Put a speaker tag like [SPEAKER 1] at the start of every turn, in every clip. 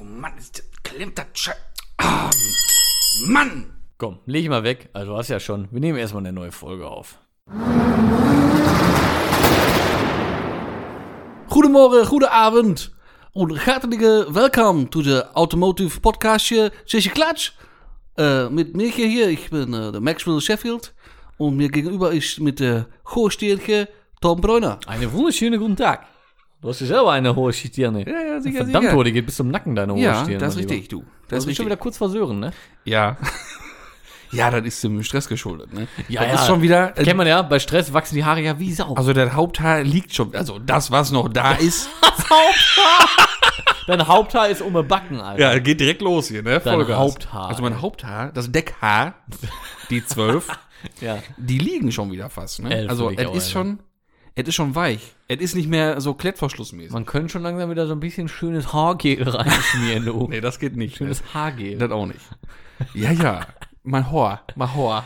[SPEAKER 1] Oh Mann, ist das, klemmt das Scheiß. Ah, Mann!
[SPEAKER 2] Komm, leg ich mal weg. Also, du hast ja schon. Wir nehmen erstmal eine neue Folge auf.
[SPEAKER 3] Goedemorgen, goede avond. Een hartelijke welkom to de Automotive Podcastje Zesje Klatsch. Eh, met Mirke hier, ik ben eh, de Maxwell Sheffield. En mir gegenüber is met de Goorsteertje Tom Breuner.
[SPEAKER 2] Einen wunderschönen guten Tag. Du hast ja selber eine hohe Stirne.
[SPEAKER 3] Ja, ja, sicher,
[SPEAKER 2] Verdammt,
[SPEAKER 3] sicher.
[SPEAKER 2] hohe, die geht bis zum Nacken, deine hohe
[SPEAKER 3] Ja,
[SPEAKER 2] Stirn.
[SPEAKER 3] das ist
[SPEAKER 2] mein
[SPEAKER 3] richtig, du.
[SPEAKER 2] Das
[SPEAKER 3] Das ist
[SPEAKER 2] ist schon
[SPEAKER 3] richtig.
[SPEAKER 2] wieder kurz versören, ne?
[SPEAKER 3] Ja. ja, das ist dem Stress geschuldet. Ne?
[SPEAKER 2] Ja,
[SPEAKER 3] das
[SPEAKER 2] ja.
[SPEAKER 3] ist schon wieder. äh,
[SPEAKER 2] Kennt man ja, bei Stress wachsen die Haare ja wie Sau.
[SPEAKER 3] also, das Haupthaar liegt schon. Also, das, was noch da ist.
[SPEAKER 2] Dein Haupthaar ist um die Backen, Alter.
[SPEAKER 3] Ja, geht direkt los hier, ne?
[SPEAKER 2] Dein
[SPEAKER 3] Vollgas.
[SPEAKER 2] Haupthaar.
[SPEAKER 3] Also mein Haupthaar, das Deckhaar, die 12,
[SPEAKER 2] Ja.
[SPEAKER 3] die liegen schon wieder fast, ne?
[SPEAKER 2] Elf
[SPEAKER 3] also
[SPEAKER 2] würde ich
[SPEAKER 3] es
[SPEAKER 2] auch
[SPEAKER 3] ist schon, es ist schon weich. Es ist nicht mehr so klettverschlussmäßig.
[SPEAKER 2] Man könnte schon langsam wieder so ein bisschen schönes Haargel reinschmieren, du.
[SPEAKER 3] Nee, das geht nicht. ne?
[SPEAKER 2] Schönes Haargel.
[SPEAKER 3] Das auch nicht. Ja, ja. Mein Haar, mein Haar.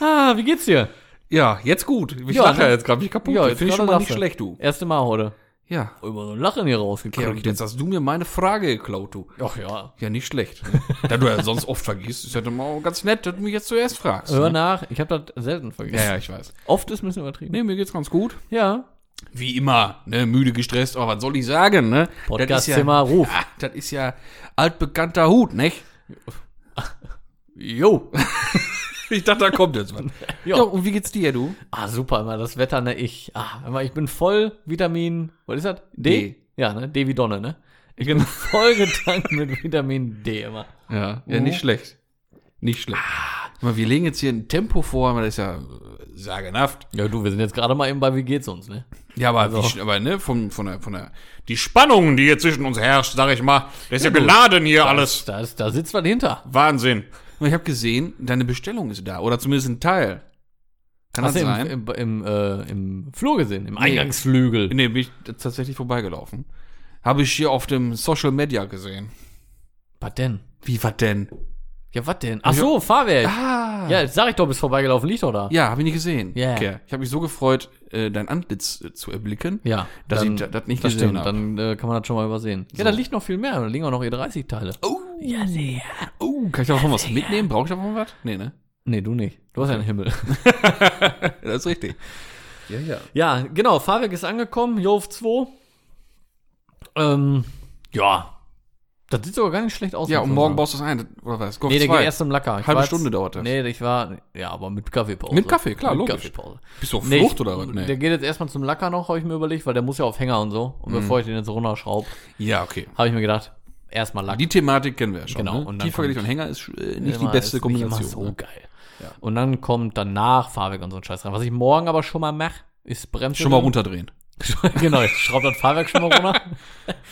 [SPEAKER 2] Ah, wie geht's dir?
[SPEAKER 3] Ja, jetzt gut. Ich
[SPEAKER 2] Ja,
[SPEAKER 3] lache
[SPEAKER 2] ne?
[SPEAKER 3] ja jetzt gerade mich kaputt.
[SPEAKER 2] Ja,
[SPEAKER 3] Das
[SPEAKER 2] jetzt
[SPEAKER 3] finde ich schon mal
[SPEAKER 2] gerade
[SPEAKER 3] nicht
[SPEAKER 2] lachst du.
[SPEAKER 3] schlecht, du.
[SPEAKER 2] Erste Mal heute.
[SPEAKER 3] Ja.
[SPEAKER 2] Oh, Über so ein Lachen hier
[SPEAKER 3] Ja,
[SPEAKER 2] rausgekriegt.
[SPEAKER 3] und jetzt hast du mir meine Frage geklaut, du.
[SPEAKER 2] Ach ja.
[SPEAKER 3] Ja, nicht schlecht. ne? Da du ja sonst oft vergisst, ist ja dann mal ganz nett, dass du mich jetzt zuerst fragst.
[SPEAKER 2] Hör
[SPEAKER 3] Ne?
[SPEAKER 2] nach. Ich habe das selten vergessen.
[SPEAKER 3] Ja, ja, ich weiß.
[SPEAKER 2] Oft ist ein bisschen übertrieben.
[SPEAKER 3] Nee, mir geht's ganz gut.
[SPEAKER 2] Ja.
[SPEAKER 3] wie immer, ne, müde, gestresst, aber was soll ich sagen, ne? Das ist ja-
[SPEAKER 2] Podcastzimmer, Ruf.
[SPEAKER 3] Ah, Das ist ja altbekannter Hut, nicht? Jo. ich dachte, da kommt jetzt was.
[SPEAKER 2] Jo.
[SPEAKER 3] Ja. und wie geht's dir, du?
[SPEAKER 2] Ah, super, immer das Wetter, ne? Ich, ah, immer, ich bin voll Vitamin, was ist das? D?
[SPEAKER 3] D.
[SPEAKER 2] Ja, ne? D wie Donne, ne? Ich bin voll getankt mit Vitamin D immer.
[SPEAKER 3] Ja, ja, nicht schlecht. Nicht schlecht. Aber wir legen jetzt hier ein Tempo vor, aber das ist ja äh, sagenhaft.
[SPEAKER 2] Ja, du, wir sind jetzt gerade mal eben bei Wie geht's uns, ne?
[SPEAKER 3] Ja, aber, wie, sch- aber ne, von, von der, von der, die Spannung, die hier zwischen uns herrscht, sag ich mal, das ist ja, geladen hier alles.
[SPEAKER 2] Da, ist, da sitzt was hinter.
[SPEAKER 3] Wahnsinn. Ich habe gesehen, deine Bestellung ist da, oder zumindest ein Teil. Kann
[SPEAKER 2] Hast du im, im, im, äh, im Flur gesehen, im Eingangsflügel.
[SPEAKER 3] Nee, bin ich t- tatsächlich vorbeigelaufen. Habe ich hier auf dem Social Media gesehen.
[SPEAKER 2] Was denn?
[SPEAKER 3] Wie war denn?
[SPEAKER 2] Ja, was denn? Ach so, Fahrwerk.
[SPEAKER 3] Ah!
[SPEAKER 2] Ja, jetzt sag ich doch, bist vorbeigelaufen, liegt doch da.
[SPEAKER 3] Ja, habe ich nicht gesehen.
[SPEAKER 2] Ja.
[SPEAKER 3] Okay. Ich habe mich so gefreut, äh, dein Antlitz äh, zu erblicken,
[SPEAKER 2] Ja,
[SPEAKER 3] dass
[SPEAKER 2] dann-
[SPEAKER 3] ich da- das nicht
[SPEAKER 2] Das
[SPEAKER 3] gesehen
[SPEAKER 2] stimmt,
[SPEAKER 3] habe.
[SPEAKER 2] dann äh, kann man das schon mal übersehen. Ja, da liegt noch viel mehr, da liegen auch noch E30-Teile.
[SPEAKER 3] Oh,
[SPEAKER 2] Ja, nee.
[SPEAKER 3] oh, kann ich davon was mitnehmen? Brauche ich davon was? Nee, ne?
[SPEAKER 2] Nee, du nicht. Du hast ja einen Himmel.
[SPEAKER 3] Das ist richtig. Ja, ja.
[SPEAKER 2] Ja, genau, Fahrwerk ist angekommen, Jov 2. Ähm, ja. Das sieht sogar gar nicht schlecht aus.
[SPEAKER 3] Ja,
[SPEAKER 2] muss
[SPEAKER 3] und
[SPEAKER 2] man
[SPEAKER 3] morgen
[SPEAKER 2] sagen.
[SPEAKER 3] baust du es ein, oder was? Golf
[SPEAKER 2] Nee, der
[SPEAKER 3] zwei.
[SPEAKER 2] geht erst im Lacker. Ich
[SPEAKER 3] Halbe
[SPEAKER 2] war jetzt-
[SPEAKER 3] Stunde dauert das.
[SPEAKER 2] Nee, ich war. Ja, aber mit Kaffeepause.
[SPEAKER 3] Mit Kaffee, klar,
[SPEAKER 2] mit
[SPEAKER 3] logisch.
[SPEAKER 2] Kaffeepause.
[SPEAKER 3] Bist du auf
[SPEAKER 2] Nee,
[SPEAKER 3] Flucht
[SPEAKER 2] ich,
[SPEAKER 3] oder was?
[SPEAKER 2] Der geht jetzt erstmal zum Lacker noch, habe ich mir überlegt, weil der muss ja auf Hänger und so.
[SPEAKER 3] Mhm.
[SPEAKER 2] Und bevor ich den jetzt runterschraube,
[SPEAKER 3] Ja, okay. Ah,
[SPEAKER 2] habe ich mir gedacht, erstmal Lack.
[SPEAKER 3] Die Thematik kennen wir ja schon.
[SPEAKER 2] Genau,
[SPEAKER 3] Ne?
[SPEAKER 2] und dann
[SPEAKER 3] Tiefvergelig und
[SPEAKER 2] kommt-
[SPEAKER 3] Hänger ist äh, nicht die
[SPEAKER 2] Immer
[SPEAKER 3] beste
[SPEAKER 2] ist nicht immer
[SPEAKER 3] Kombination.
[SPEAKER 2] so
[SPEAKER 3] ne?
[SPEAKER 2] geil. Und dann kommt danach Fahrwerk und so ein Scheiß rein. Was ich morgen aber schon mal mache, ist Bremse.
[SPEAKER 3] Schon mal
[SPEAKER 2] drin.
[SPEAKER 3] runterdrehen.
[SPEAKER 2] genau, ich schraube das Fahrwerk schon mal runter.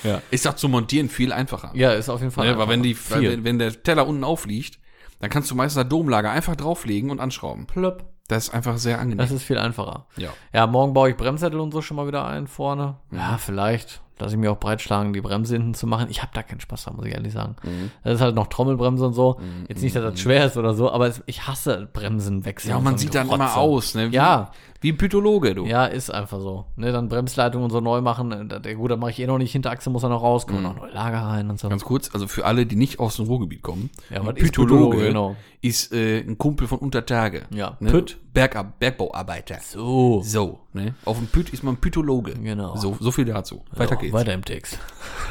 [SPEAKER 3] Ja. Ist das zu montieren viel einfacher.
[SPEAKER 2] Ja, ist auf jeden Fall.
[SPEAKER 3] Ne, weil
[SPEAKER 2] einfach
[SPEAKER 3] wenn, die, weil
[SPEAKER 2] viel.
[SPEAKER 3] wenn, wenn der Teller unten aufliegt, dann kannst du meistens das Domlager einfach drauflegen und anschrauben.
[SPEAKER 2] Plöpp.
[SPEAKER 3] Das ist einfach sehr angenehm.
[SPEAKER 2] Das ist viel einfacher.
[SPEAKER 3] Ja. Mhm.
[SPEAKER 2] Ja, morgen baue ich Bremssättel und so schon mal wieder ein vorne. Ja, vielleicht lasse ich mir auch breitschlagen, die Bremse hinten zu machen. Ich habe da keinen Spaß dran, muss ich ehrlich sagen.
[SPEAKER 3] Mhm.
[SPEAKER 2] Das ist halt noch Trommelbremse und so. Jetzt nicht, dass das schwer ist oder so, aber es, ich hasse Bremsen wechseln.
[SPEAKER 3] Ja, und man sieht dann immer aus, ne? Wie,
[SPEAKER 2] Ja.
[SPEAKER 3] Wie ein Pythologe, du.
[SPEAKER 2] Ja, ist einfach so. Ne, dann Bremsleitung und so neu machen. Äh, da- Gut, dann mache ich eh noch nicht. Hinterachse muss er noch raus. Kommen noch neue Lager rein und so.
[SPEAKER 3] Mhm. Ganz kurz, also für alle, die nicht aus dem Ruhrgebiet kommen.
[SPEAKER 2] Ja,
[SPEAKER 3] ein
[SPEAKER 2] was ist Pythologe, genau.
[SPEAKER 3] ist äh, ein Kumpel von Untertage.
[SPEAKER 2] Ja,
[SPEAKER 3] Ne?
[SPEAKER 2] Pütt.
[SPEAKER 3] Bergab Bergbauarbeiter.
[SPEAKER 2] so.
[SPEAKER 3] So, ne? Auf dem Püt ist man Pythologe.
[SPEAKER 2] Genau.
[SPEAKER 3] So, so viel dazu. Weiter
[SPEAKER 2] Ja,
[SPEAKER 3] geht's.
[SPEAKER 2] Weiter im Text.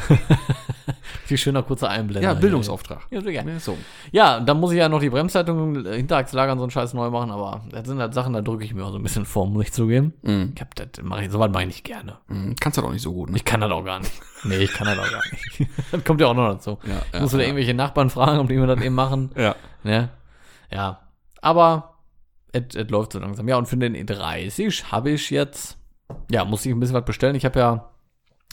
[SPEAKER 2] Viel schöner kurzer Einblender.
[SPEAKER 3] Ja,
[SPEAKER 2] hier.
[SPEAKER 3] Bildungsauftrag.
[SPEAKER 2] Ja, sehr gerne.
[SPEAKER 3] Ne, So.
[SPEAKER 2] Ja, und dann muss ich ja noch die Bremsleitung, äh, Hinterachslager und so einen Scheiß neu machen, aber das sind halt Sachen, da drücke ich mir auch so ein bisschen vor, muss ich zugeben. Ich hab das, mach ich, sowas meine ich gerne.
[SPEAKER 3] Hm, Mhm. Kannst du doch nicht so gut, ne?
[SPEAKER 2] Ich kann das auch gar nicht. Nee, ich kann das auch gar nicht. das kommt ja auch noch dazu.
[SPEAKER 3] Ja, ja,
[SPEAKER 2] Musst du da
[SPEAKER 3] ja.
[SPEAKER 2] irgendwelche Nachbarn fragen, ob die mir das eben machen.
[SPEAKER 3] Ja.
[SPEAKER 2] Ne? Ja. Aber es es läuft so langsam. Ja, und für den E30 habe ich jetzt, ja, musste ich ein bisschen was bestellen. Ich habe ja,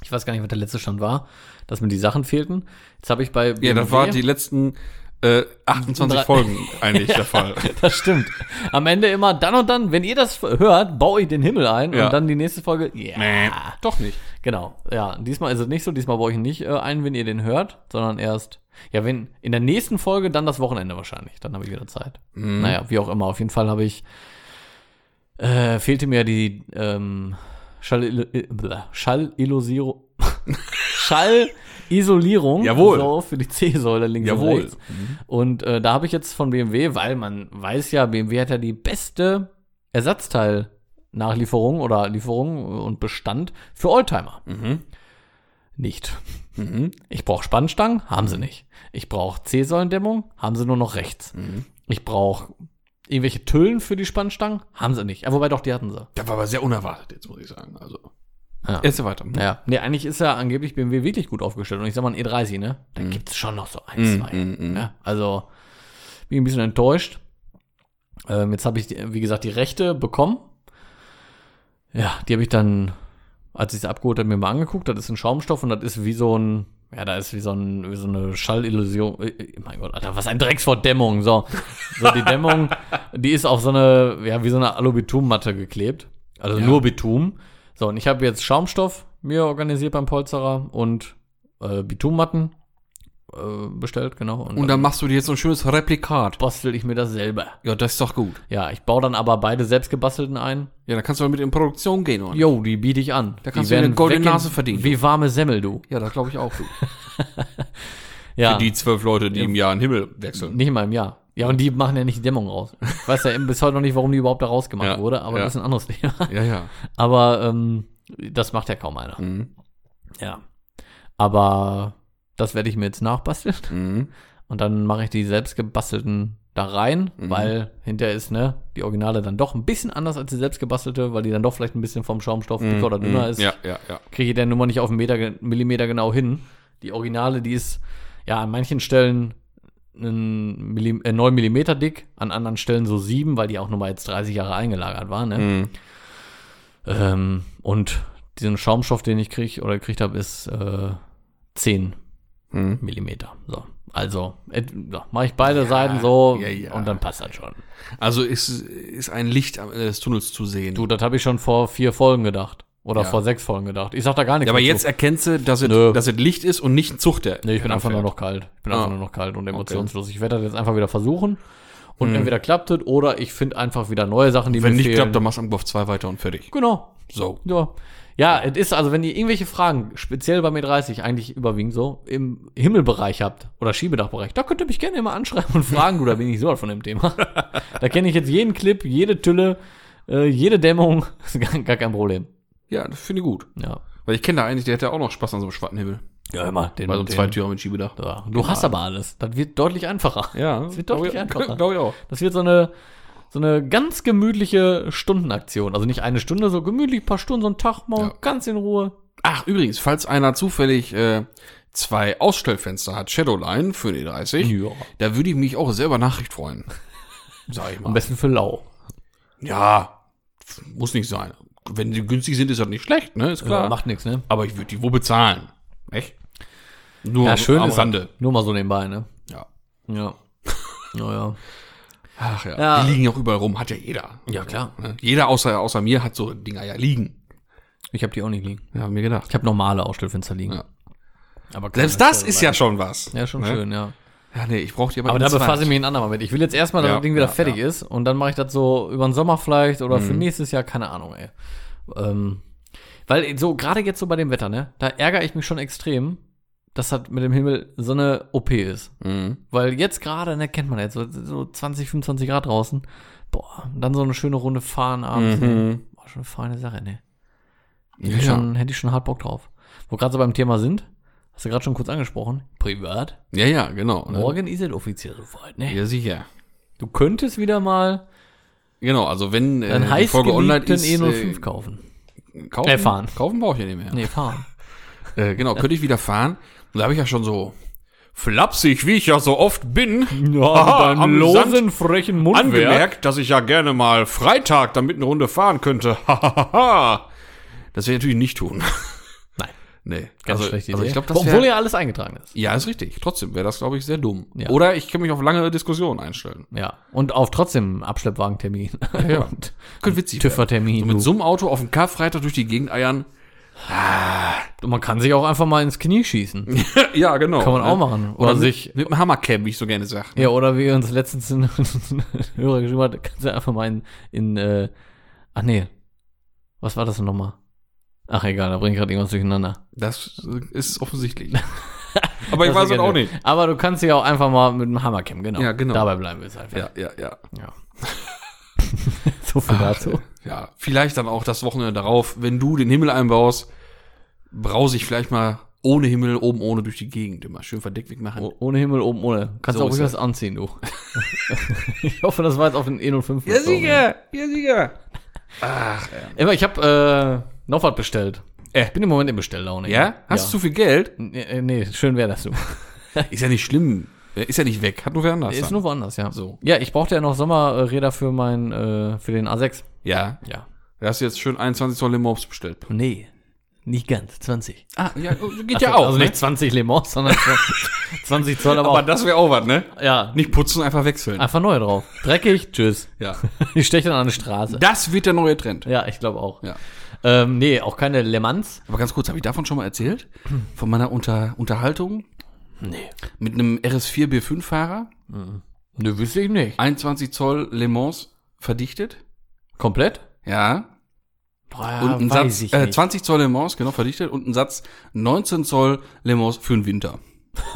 [SPEAKER 2] ich weiß gar nicht, was der letzte Stand war, dass mir die Sachen fehlten. Jetzt habe ich bei
[SPEAKER 3] Ja, das
[SPEAKER 2] BMW
[SPEAKER 3] war die letzten äh, 28
[SPEAKER 2] Drei-
[SPEAKER 3] Folgen eigentlich der Fall.
[SPEAKER 2] Das stimmt. Am Ende immer dann und dann, wenn ihr das hört, baue ich den Himmel ein
[SPEAKER 3] Ja.
[SPEAKER 2] und dann die nächste Folge. Ja.
[SPEAKER 3] Nee, Äh, doch nicht.
[SPEAKER 2] Genau. Ja, diesmal ist es nicht so, diesmal baue ich ihn nicht äh, ein, wenn ihr den hört, sondern erst ja, wenn in der nächsten Folge dann das Wochenende wahrscheinlich, dann habe ich wieder Zeit. Naja, wie auch immer, auf jeden Fall habe ich äh, fehlte mir die äh, ähm Schall Schall Schall Isolierung.
[SPEAKER 3] Jawohl.
[SPEAKER 2] So, für die C-Säule links und
[SPEAKER 3] Jawohl.
[SPEAKER 2] rechts. Und äh, da habe ich jetzt von BMW, weil man weiß ja, BMW hat ja die beste Ersatzteil-Nachlieferung oder Lieferung und Bestand für Oldtimer. Nicht. Ich brauche Spannstangen, haben sie nicht. Ich brauche C-Säulendämmung, haben sie nur noch rechts. Ich brauche irgendwelche Tüllen für die Spannstangen, haben sie nicht. Ja, wobei doch, die hatten sie.
[SPEAKER 3] Das war aber sehr unerwartet, jetzt muss ich sagen. Also.
[SPEAKER 2] Ja.
[SPEAKER 3] Erzähl weiter.
[SPEAKER 2] Ja, nee, eigentlich ist ja angeblich BMW wirklich gut aufgestellt. Und ich sag mal, ein E30, ne? Da gibt's schon noch so ein,
[SPEAKER 3] Mm,
[SPEAKER 2] zwei.
[SPEAKER 3] mm, mm.
[SPEAKER 2] Ja, also, bin ein bisschen enttäuscht. Ähm, jetzt habe ich, die- wie gesagt, die Rechte bekommen. Ja, die habe ich dann, als ich es abgeholt habe, mir mal angeguckt. Das ist ein Schaumstoff und das ist wie so ein, ja, da ist wie so, ein, wie so eine Schallillusion. Äh, äh, Mein Gott, Alter, was ein Dreckswort Dämmung. So, so die Dämmung, die ist auf so eine, ja, wie so eine Alubitummatte geklebt. Also nur Bitum. So, und ich habe jetzt Schaumstoff mir organisiert beim Polsterer und äh, Bitummatten äh, bestellt, genau.
[SPEAKER 3] Und dann machst du dir jetzt so ein schönes Replikat.
[SPEAKER 2] bastel ich mir das selber.
[SPEAKER 3] Ja, das ist doch gut.
[SPEAKER 2] Ja, ich baue dann aber beide selbstgebastelten ein.
[SPEAKER 3] Ja, dann kannst du damit in Produktion gehen, oder?
[SPEAKER 2] Jo, die biete ich an. Da
[SPEAKER 3] kannst du eine goldene Nase verdienen.
[SPEAKER 2] Wie warme Semmel, du.
[SPEAKER 3] Ja, das glaube ich auch. Du.
[SPEAKER 2] Ja,
[SPEAKER 3] Die zwölf Leute, die im Jahr einen Himmel wechseln.
[SPEAKER 2] nicht mal im Jahr. Ja, und die machen ja nicht die Dämmung raus. Ich weiß ja eben bis heute noch nicht, warum die überhaupt da rausgemacht
[SPEAKER 3] Ja,
[SPEAKER 2] wurde, aber
[SPEAKER 3] ja.
[SPEAKER 2] das ist ein anderes Thema.
[SPEAKER 3] Ja, ja.
[SPEAKER 2] Aber ähm, das macht ja kaum einer.
[SPEAKER 3] Mhm.
[SPEAKER 2] Ja. Aber das werde ich mir jetzt nachbasteln. hm,
[SPEAKER 3] Mhm.
[SPEAKER 2] Und dann mache ich die selbstgebastelten da rein,
[SPEAKER 3] Mhm.
[SPEAKER 2] weil hinterher ist, ne, die Originale dann doch ein bisschen anders als die selbstgebastelte, weil die dann doch vielleicht ein bisschen vom Schaumstoff dicker oder dünner ist.
[SPEAKER 3] Hm, Mhm, Ja, ja, ja.
[SPEAKER 2] kriege ich der Nummer nicht auf einen Meter, Millimeter genau hin. Die Originale, die ist ja an manchen Stellen einen Millim äh, 9 Millimeter dick, an anderen Stellen so 7, weil die auch nur mal jetzt 30 Jahre eingelagert war. Ne?
[SPEAKER 3] Mhm.
[SPEAKER 2] Ähm, und diesen Schaumstoff, den ich kriege oder gekriegt habe, ist äh, 10 hm.
[SPEAKER 3] Mhm.
[SPEAKER 2] Millimeter. So. Also äh, so, mache ich beide Seiten so
[SPEAKER 3] ja, ja.
[SPEAKER 2] und dann passt das schon.
[SPEAKER 3] Also ist, ist ein Licht am Ende des Tunnels zu sehen.
[SPEAKER 2] Du, das habe ich schon vor vier Folgen gedacht. Oder vor sechs Folgen gedacht. Ich sag da gar nichts.
[SPEAKER 3] ja, aber
[SPEAKER 2] mehr
[SPEAKER 3] jetzt
[SPEAKER 2] zu.
[SPEAKER 3] erkennst du, dass es,
[SPEAKER 2] Nö.
[SPEAKER 3] dass es Licht ist und nicht ein Zuchter.
[SPEAKER 2] Nee, ich bin einfach nur
[SPEAKER 3] Fährt.
[SPEAKER 2] noch kalt. Ich bin
[SPEAKER 3] Ah.
[SPEAKER 2] einfach nur noch kalt und emotionslos. Ich werde das jetzt einfach wieder versuchen. Und entweder klappt es oder ich finde einfach wieder neue Sachen, die
[SPEAKER 3] Hm. Wenn
[SPEAKER 2] mir
[SPEAKER 3] nicht
[SPEAKER 2] fehlen.
[SPEAKER 3] klappt, dann machst du am Golf 2 weiter und fertig.
[SPEAKER 2] Genau.
[SPEAKER 3] So.
[SPEAKER 2] Ja. Ja, es ist also, wenn ihr irgendwelche Fragen, speziell bei mir 30, eigentlich überwiegend so, im Himmelbereich habt oder Schiebedachbereich, da könnt ihr mich gerne immer anschreiben und fragen, du, da bin ich sowas von dem Thema. da kenne ich jetzt jeden Clip, jede Tülle, äh, jede Dämmung. Ist gar, gar kein Problem.
[SPEAKER 3] Ja, das finde ich gut.
[SPEAKER 2] Ja.
[SPEAKER 3] Weil ich kenne da eigentlich, der hätte auch noch Spaß an so einem schwarzen Himmel.
[SPEAKER 2] Ja, immer. Den,
[SPEAKER 3] Bei so einem
[SPEAKER 2] den,
[SPEAKER 3] Zweitürer mit Schiebedach.
[SPEAKER 2] ja. Du hast aber alles. Das wird deutlich einfacher.
[SPEAKER 3] Ja,
[SPEAKER 2] Das wird doch nicht einfacher.
[SPEAKER 3] Glaube ich auch.
[SPEAKER 2] Das wird so eine, so eine ganz gemütliche Stundenaktion. Also nicht eine Stunde, so gemütlich, paar Stunden, so ein Tag mal
[SPEAKER 3] Ja.
[SPEAKER 2] ganz in Ruhe.
[SPEAKER 3] Ach, übrigens, falls einer zufällig äh, zwei Ausstellfenster hat, Shadowline für den E30,
[SPEAKER 2] Ja.
[SPEAKER 3] da würde ich mich auch selber Nachricht freuen. Sag ich
[SPEAKER 2] Am
[SPEAKER 3] mal.
[SPEAKER 2] besten für lau.
[SPEAKER 3] Ja, muss nicht sein. Wenn die günstig sind, ist das nicht schlecht, ne? Ist klar.
[SPEAKER 2] Ja, macht nichts, ne?
[SPEAKER 3] Aber ich würde die wo bezahlen. Echt? Nur am
[SPEAKER 2] das.
[SPEAKER 3] Rande.
[SPEAKER 2] Nur mal so nebenbei, ne?
[SPEAKER 3] Ja.
[SPEAKER 2] Ja. Naja.
[SPEAKER 3] Ach ja.
[SPEAKER 2] Ja.
[SPEAKER 3] Die liegen ja auch überall rum, hat ja jeder.
[SPEAKER 2] Ja, klar.
[SPEAKER 3] Ne? Jeder außer, außer mir hat so Dinger ja liegen.
[SPEAKER 2] Ich habe die auch nicht liegen.
[SPEAKER 3] Ja, hab mir gedacht.
[SPEAKER 2] Ich habe normale Ausstellfenster liegen.
[SPEAKER 3] Ja.
[SPEAKER 2] Aber keine
[SPEAKER 3] Selbst das
[SPEAKER 2] Stelle
[SPEAKER 3] ist
[SPEAKER 2] rein.
[SPEAKER 3] ja schon was.
[SPEAKER 2] Ja, schon
[SPEAKER 3] ne?
[SPEAKER 2] schön, ja.
[SPEAKER 3] Ja, nee, ich brauche die aber
[SPEAKER 2] Aber
[SPEAKER 3] in
[SPEAKER 2] da
[SPEAKER 3] zweit.
[SPEAKER 2] befasse ich mich ein andermal mit. Ich will jetzt erstmal, dass
[SPEAKER 3] Ja,
[SPEAKER 2] das Ding wieder
[SPEAKER 3] ja, Mhm.
[SPEAKER 2] fertig ist und dann mache ich das so über den Sommer vielleicht oder für nächstes Jahr, keine Ahnung, ey. Ähm, weil so, gerade jetzt so bei dem Wetter, ne, da ärgere ich mich schon extrem, dass das mit dem Himmel so eine OP ist.
[SPEAKER 3] Mhm.
[SPEAKER 2] Weil jetzt gerade, ne, kennt man jetzt, so, so 20, 25 Grad draußen. Boah, und dann so eine schöne Runde fahren abends.
[SPEAKER 3] Mhm.
[SPEAKER 2] War schon eine feine Sache, ne. Hätte,
[SPEAKER 3] Ja,
[SPEAKER 2] ich schon, hätte ich schon hart Bock drauf. Wo wir gerade so beim Thema sind, hast du gerade schon kurz angesprochen, privat.
[SPEAKER 3] ja, ja, genau. ne?
[SPEAKER 2] Morgen ist es offiziell soweit, ne?
[SPEAKER 3] Ja, sicher.
[SPEAKER 2] Du könntest wieder mal
[SPEAKER 3] Genau, also wenn äh,
[SPEAKER 2] einen
[SPEAKER 3] die Folge online
[SPEAKER 2] heißgeliebten
[SPEAKER 3] ist,
[SPEAKER 2] E05
[SPEAKER 3] äh,
[SPEAKER 2] E kaufen.
[SPEAKER 3] kaufen,
[SPEAKER 2] äh, fahren.
[SPEAKER 3] kaufen brauche ich ja nicht mehr.
[SPEAKER 2] Nee, fahren.
[SPEAKER 3] Äh, genau, könnte ich wieder fahren. Und da habe ich ja schon so flapsig, wie ich ja so oft bin, Aha,
[SPEAKER 2] mit deinem
[SPEAKER 3] amüsant
[SPEAKER 2] losen, frechen Mundwerk.
[SPEAKER 3] angemerkt, dass ich ja gerne mal Freitag damit eine Runde fahren könnte. Hahaha. das werde ich natürlich nicht tun.
[SPEAKER 2] Nein.
[SPEAKER 3] Nee.
[SPEAKER 2] Ganz
[SPEAKER 3] also,
[SPEAKER 2] schlechte Idee.
[SPEAKER 3] also ich glaube, das
[SPEAKER 2] Obwohl
[SPEAKER 3] wär,
[SPEAKER 2] ja alles eingetragen ist.
[SPEAKER 3] ja, ist richtig. Trotzdem wäre das, glaube ich, sehr dumm.
[SPEAKER 2] Ja.
[SPEAKER 3] Oder ich kann mich auf lange Diskussionen einstellen.
[SPEAKER 2] Ja. Und auf trotzdem Abschleppwagentermin.
[SPEAKER 3] ja.
[SPEAKER 2] Und
[SPEAKER 3] Könnte witzig werden.
[SPEAKER 2] Tüffertermin.
[SPEAKER 3] So mit
[SPEAKER 2] du.
[SPEAKER 3] so einem Auto auf dem Karfreitag durch die Gegend eiern.
[SPEAKER 2] Und man kann sich auch einfach mal ins Knie schießen. Kann
[SPEAKER 3] ja, genau.
[SPEAKER 2] man auch machen. Oder,
[SPEAKER 3] mit,
[SPEAKER 2] sich.
[SPEAKER 3] mit dem Hammercam, wie ich so gerne sage.
[SPEAKER 2] Ja, oder wie uns letztens ein Hörer geschrieben hat, kannst du einfach mal in, in äh, ach nee. Was war das denn nochmal? Ach egal, da bringe ich gerade irgendwas durcheinander.
[SPEAKER 3] Das ist offensichtlich. Aber ich
[SPEAKER 2] Das
[SPEAKER 3] weiß es
[SPEAKER 2] geht
[SPEAKER 3] auch nicht.
[SPEAKER 2] Aber du kannst sie auch einfach mal mit dem Hammer kämpfen, genau.
[SPEAKER 3] Ja, genau.
[SPEAKER 2] Dabei bleiben wir jetzt halt. einfach.
[SPEAKER 3] Ja, ja, ja.
[SPEAKER 2] Ja. so viel dazu.
[SPEAKER 3] Ja, vielleicht dann auch das Wochenende darauf, wenn du den Himmel einbaust, brause ich vielleicht mal ohne Himmel, oben ohne durch die Gegend immer. Schön verdeckt machen.
[SPEAKER 4] Oh.
[SPEAKER 2] O- Ohne Himmel, oben ohne. Kannst
[SPEAKER 3] So
[SPEAKER 2] auch
[SPEAKER 3] ist
[SPEAKER 2] ruhig was anziehen, du. ich hoffe, das war jetzt auf den E05. bezogen.
[SPEAKER 3] ja, sicher.
[SPEAKER 2] Immer, ich habe äh, noch was bestellt.
[SPEAKER 3] Äh.
[SPEAKER 2] Ich bin im Moment in Bestelllaune.
[SPEAKER 3] Ja? Hast du zu viel Geld?
[SPEAKER 2] du? Nee, nee, schön wäre das, du.
[SPEAKER 3] Ist ja nicht schlimm. Äh, Ist ja nicht weg. Hat nur wer anders.
[SPEAKER 2] Ist
[SPEAKER 3] dann.
[SPEAKER 2] nur woanders, ja. So. Ja, ich brauchte ja noch Sommerräder für meinen, äh, für den A6.
[SPEAKER 3] ja.
[SPEAKER 2] Ja.
[SPEAKER 3] Da hast du jetzt schön 21 Zoll Limobs bestellt.
[SPEAKER 2] Nee, nicht ganz, 20.
[SPEAKER 3] Ah, ja,
[SPEAKER 4] oh,
[SPEAKER 3] geht
[SPEAKER 2] Ach,
[SPEAKER 4] ne?
[SPEAKER 2] Also nicht 20 Le Mans, sondern 20 Zoll, aber,
[SPEAKER 3] Aber
[SPEAKER 2] auch,
[SPEAKER 3] das wäre auch was, ne?
[SPEAKER 2] ja,
[SPEAKER 3] Nicht putzen, einfach wechseln.
[SPEAKER 4] Ah.
[SPEAKER 2] einfach neu drauf. Dreckig, tschüss.
[SPEAKER 3] Ja.
[SPEAKER 2] Ich steche dann an die Straße.
[SPEAKER 3] Das wird der neue Trend.
[SPEAKER 2] Ja, ich glaube auch.
[SPEAKER 3] Ja.
[SPEAKER 2] Ähm, nee, auch keine Le Mans.
[SPEAKER 4] Aber ganz kurz, habe ich davon schon mal erzählt?
[SPEAKER 3] Hm.
[SPEAKER 4] Von meiner Unter Unterhaltung?
[SPEAKER 2] Nee.
[SPEAKER 4] Mit einem RS4 B5-Fahrer?
[SPEAKER 2] Nö, wüsste ich nicht.
[SPEAKER 4] 21 Zoll Le Mans verdichtet?
[SPEAKER 2] Komplett?
[SPEAKER 4] Ja.
[SPEAKER 2] Boah,
[SPEAKER 3] Ah,
[SPEAKER 4] Und ein
[SPEAKER 2] weiß
[SPEAKER 4] Satz,
[SPEAKER 2] ich
[SPEAKER 4] äh,
[SPEAKER 2] nicht.
[SPEAKER 4] 20 Zoll Le Mans, genau, verdichtet. Und ein Satz 19 Zoll Le Mans für den Winter.